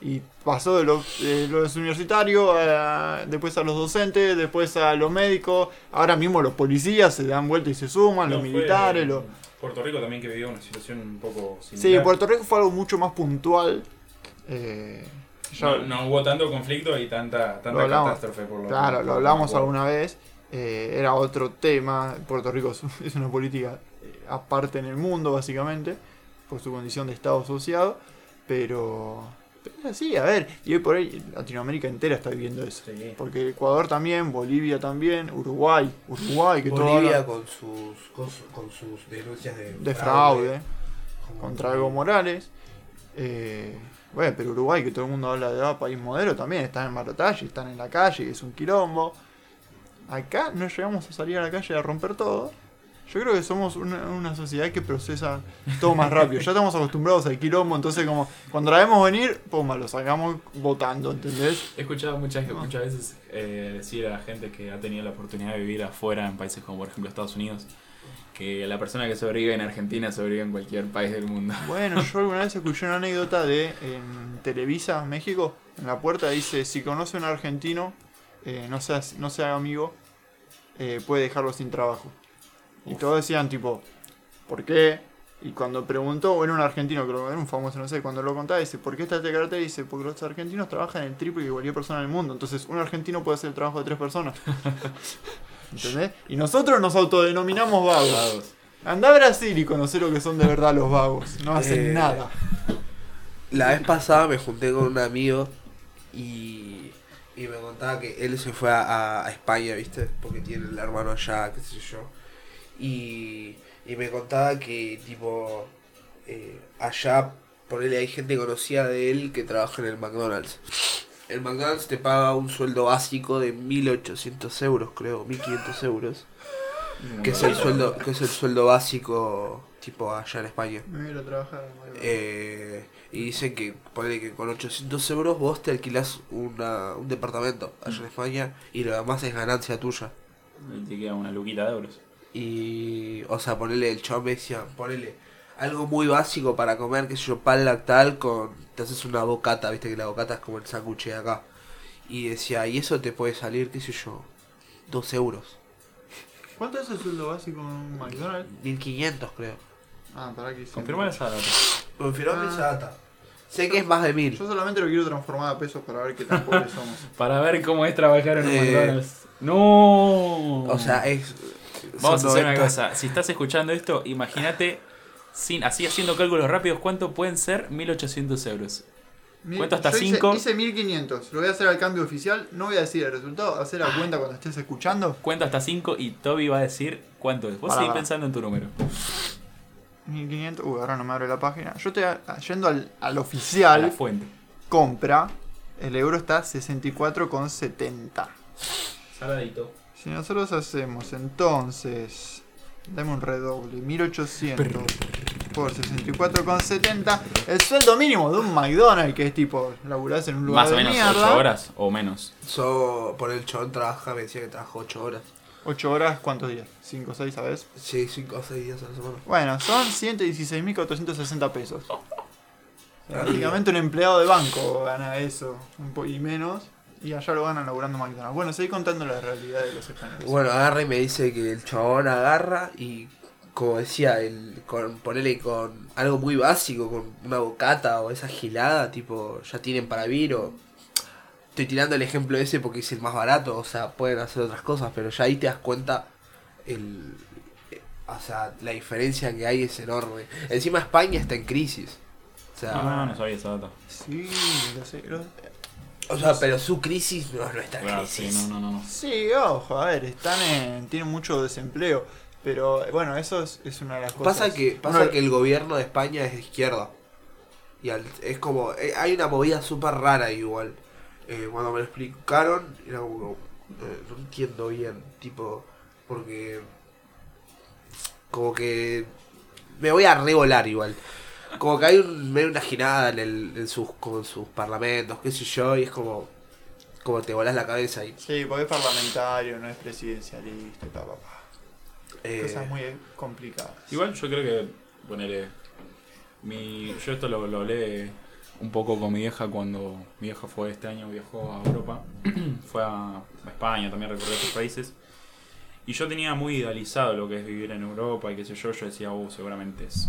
C: Y pasó de, lo- de los universitarios, a- después a los docentes, después a los médicos. Ahora mismo los policías se dan vuelta y se suman,
B: No,
C: los
B: fue eh,
C: militares. Los...
B: Puerto Rico también que vivió una situación un poco
C: Sí,
B: similar.
C: Puerto Rico fue algo mucho más puntual. Eh, ya-
B: No, no hubo tanto conflicto y tanta,
C: Lo
B: tanta
C: hablamos.
B: catástrofe por lo
C: Claro,
B: por
C: lo
B: lo
C: hablamos
B: cual.
C: alguna vez. eh, era otro tema. Puerto Rico es- es una política eh, aparte en el mundo, básicamente, por su condición de Estado asociado. Pero, pero es así, a ver. Y hoy por hoy Latinoamérica entera está viviendo eso.
B: Sí.
C: Porque Ecuador también, Bolivia también, Uruguay, Uruguay, que todo
A: Bolivia
C: habla
A: con sus, con, su- con sus denuncias de,
C: de
A: eh.
C: fraude
A: como-
C: contra Evo Morales. Eh, bueno, pero Uruguay, que todo el mundo habla de ah, país modelo, también están en balotaje, están en la calle, es un quilombo. Acá no llegamos a salir a la calle a romper todo. Yo creo que somos una, una sociedad que procesa todo más rápido. Ya estamos acostumbrados al quilombo, entonces como cuando la vemos venir, pumba, lo sacamos votando, ¿entendés?
B: He escuchado muchas,
C: Ah.
B: muchas veces eh, decir a gente que ha tenido la oportunidad de vivir afuera, en países como por ejemplo Estados Unidos, que la persona que sobrevive en Argentina sobrevive en cualquier país del mundo.
C: Bueno, yo alguna vez escuché una anécdota de en Televisa, México, en la puerta dice, si conoce a un argentino, eh, no, sea, no sea amigo, eh, puede dejarlo sin trabajo. Y todos decían tipo, ¿por qué? Y cuando preguntó, o era un argentino, creo que era un famoso, no sé, cuando lo contaba, dice, ¿por qué está este cartel? Dice, porque los argentinos trabajan el triple que cualquier persona en el mundo. Entonces, un argentino puede hacer el trabajo de tres personas. ¿Entendés? Y nosotros nos autodenominamos vagos.
B: Estados.
C: Andá a Brasil y conocer lo que son de verdad los vagos. No hacen
A: Eh,
C: nada.
A: La vez pasada me junté con un amigo y Y me contaba que él se fue a, a España, ¿viste? Porque tiene el hermano allá, qué sé yo. Y, y me contaba que, tipo, eh, allá, ponele, hay gente conocida de él que trabaja en el McDonald's. El McDonald's te paga un sueldo básico de 1800 euros, creo, 1500 euros. Que es el sueldo, que es el sueldo básico, tipo, allá en España.
C: Me voy a ir a trabajar. me voy a ir a-
A: Eh, y dicen que, ponele que con 800 euros vos te alquilás una, un departamento allá
B: Mm.
A: en España y lo demás es ganancia tuya.
B: Y te queda una luquita de euros.
A: Y, o sea, ponele el chon me decía, ponele algo muy básico para comer, que sé yo, pan lactal con. Te haces una bocata, viste que la bocata es como el sándwich de acá. Y decía, y eso te puede salir, qué sé yo, 2 euros.
C: ¿Cuánto es el sueldo básico en un McDonald's?
A: 1500, creo.
C: Ah, para que
B: Confirmar esa data.
A: Confirmame
C: Ah.
A: esa data. Sé que es más de 1000.
C: Yo solamente lo quiero transformar a pesos para ver qué tan pobres somos.
B: Para ver cómo es trabajar en un
A: Eh,
B: McDonald's. ¡No!
A: O sea, es.
B: Vamos a
A: son
B: hacer una
A: 90.
B: cosa. Si estás escuchando esto, imagínate, sin, así haciendo cálculos rápidos, ¿cuánto pueden ser 1800 euros?
C: Mil-
B: Cuento hasta
C: yo hice-
B: cinco.
C: Hice, 1500. Lo voy a hacer al cambio oficial. No voy a decir el resultado. Hacer la cuenta cuando estés escuchando.
B: Cuenta hasta 5 y Toby va a decir cuánto es. Vos
C: Pará,
B: seguís
C: pará.
B: pensando en tu número.
C: 1500. Uy, uh, ahora no me abre la página. Yo estoy a- yendo al, al
B: A la
C: oficial.
B: fuente.
C: Compra. El euro está a 64,70.
B: Saladito.
C: Si nosotros hacemos entonces. Dame un redoble. 1800 por 64,70. El sueldo mínimo de un McDonald's que es tipo. Laburás en un lugar
B: Más
C: de
B: o menos
C: mierda.
B: 8 horas o menos.
A: So, por el chabón trabaja, me decía que trabaja 8 horas.
C: 8 horas, ¿cuántos días? 5 o 6, ¿sabes?
A: Sí, 5 o 6 días a la semana.
C: Bueno, son 116.460 pesos. Prácticamente un empleado de banco gana eso, un po- y menos, y allá lo ganan laburando en McDonald's. Bueno, seguí contando la realidad de los españoles.
A: Bueno, agarra y me dice que el chabón agarra y, como decía, el, con, ponele con algo muy básico, con una bocata o esa gilada, tipo, ya tienen para vivir o... Estoy tirando el ejemplo ese porque es el más barato, o sea, pueden hacer otras cosas, pero ya ahí te das cuenta el... eh, O sea, la diferencia que hay es enorme. Encima España está en crisis. O sea,
B: Ah, no sabía esa data.
C: Sí, lo sé. lo-
A: o sea pero su crisis no es nuestra
B: Ah, sí,
A: crisis.
B: no, no, no. no.
C: Sí, ojo, a ver, están en, tienen mucho desempleo, pero eh, bueno, eso es, es una de las cosas.
A: Pasa que, pasa
C: Uno-
A: que el gobierno de España es de izquierda. Y al- es como. eh, hay una movida súper rara igual. Eh, cuando me lo explicaron, era como. eh, no entiendo bien. Tipo. Porque. Como que. Me voy a revolar igual. Como que hay, un, hay una girada en, el- en sus, con sus parlamentos, qué sé yo, y es como. Como te volás la cabeza y.
C: Sí, porque es parlamentario, no es presidencialista, y pa, pa, pa.
A: eh,
C: Cosas muy eh, complicadas.
B: Igual yo creo que ponele mi yo esto lo, lo hablé un poco con mi vieja cuando mi vieja fue este año viajó a Europa, fue a España, también recorrió otros países. Y yo tenía muy idealizado lo que es vivir en Europa y qué sé yo, yo decía, "Uh, seguramente es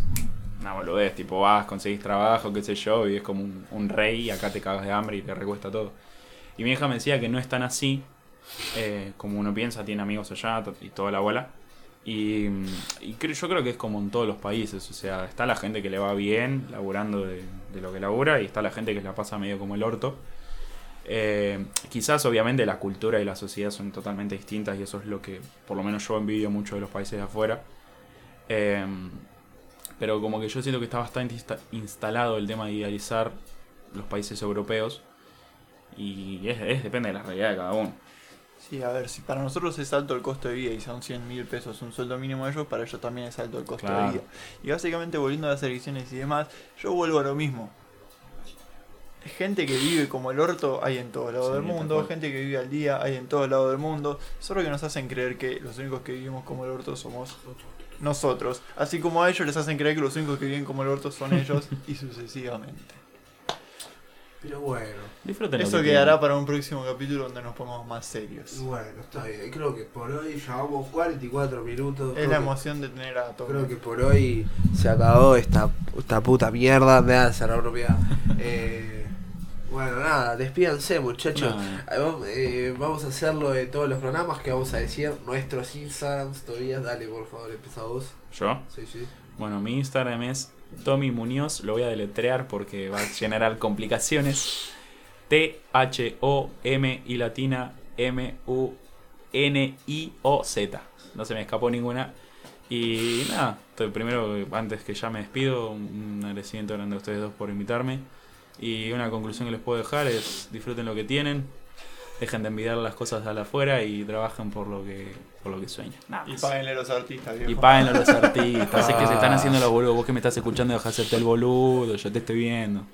B: una boludez, tipo vas, conseguís trabajo, qué sé yo, y es como un, un rey, y acá te cagas de hambre y te recuesta todo." Y mi vieja me decía que no es tan así, eh, como uno piensa, tiene amigos allá to- y toda la bola. Y, mm, y creo- yo creo que es como en todos los países, o sea, está la gente que le va bien laburando de, de lo que labura y está la gente que la pasa medio como el orto. Eh, quizás obviamente la cultura y la sociedad son totalmente distintas y eso es lo que por lo menos yo envidio mucho de los países de afuera. Eh, pero como que yo siento que está bastante insta- instalado el tema de idealizar los países europeos y es, es- depende de la realidad de cada uno.
C: Sí, a ver, si para nosotros es alto el costo de vida y son 100 mil pesos un sueldo mínimo de ellos, para ellos también es alto el costo
B: Claro.
C: de vida. Y básicamente volviendo a las elecciones y demás, yo vuelvo a lo mismo. Gente que vive como el orto hay en todo lado
B: Sí,
C: del
B: tal
C: mundo,
B: cual.
C: gente que vive al día hay en todo lado del mundo, solo que nos hacen creer que los únicos que vivimos como el orto somos nosotros, así como a ellos les hacen creer que los únicos que viven como el orto son ellos y sucesivamente.
A: Pero bueno.
B: Disfruten lo
C: Eso
B: que
C: quedará
B: tienen.
C: para un próximo capítulo donde nos pongamos más serios.
A: Bueno, está bien. Creo que por hoy llevamos 44 minutos.
C: Es
A: Creo
C: la
A: que-
C: emoción de tener a todos.
A: Creo que por hoy se acabó esta, esta puta mierda, me da cerrar propiedad. Eh, bueno, nada, despídanse muchachos.
B: No.
A: Eh, vam- eh, vamos a hacerlo de todos los programas que vamos a decir, nuestros Instagrams todavía. Dale, por favor, empezá vos.
B: ¿Yo?
A: Sí, sí.
B: Bueno, mi Instagram es Tommy Muñoz, lo voy a deletrear porque va a generar complicaciones. T-H-O-M y latina M-U-N-I-O-Z. No se me escapó ninguna. Y nada, estoy- primero, antes que ya me despido, un agradecimiento grande a ustedes dos por invitarme. Y una conclusión que les puedo dejar es disfruten lo que tienen, dejen de envidiar las cosas de al afuera y trabajen por lo que, por lo que sueñan. Nada
C: Y
B: más.
C: páguenle a los artistas, viejo.
B: Y páguenlo a los artistas. es que se están haciendo los boludos. Vos que me estás escuchando, dejás hacerte el boludo. Yo te estoy viendo.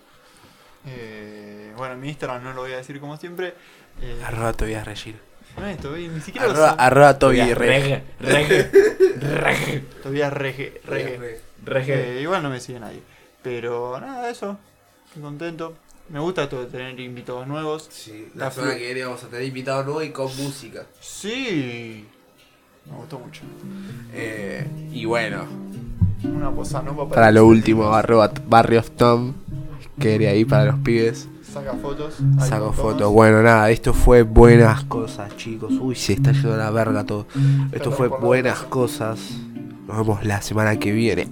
C: Eh, bueno, mi Instagram no lo voy a decir como siempre. Eh,
A: Arroba Tobias Regil.
C: no es Tobias, ni siquiera
A: Arroba,
C: lo
A: arroba Tobias Regil.
B: Reje, reje, reje,
C: sé. Tobias Rege. Rege.
B: reje.
C: Eh, igual no me sigue nadie. Pero nada, eso. Estoy contento. Me gusta esto de tener invitados nuevos.
A: Sí, la
C: La
A: semana
C: flu-
A: que viene vamos a tener invitado nuevo y con música.
C: Sí. Me gustó mucho.
A: Eh, y bueno,
C: Una posa no para,
A: para lo último, arroba Barrios Tom, que era ahí para los pibes.
C: Saca fotos. hay
A: Saco
C: montones.
A: fotos. Bueno, nada, esto fue buenas cosas, chicos. Uy, se está yendo la verga todo. Esto fue
C: transformando.
A: buenas cosas. Nos vemos la semana que viene.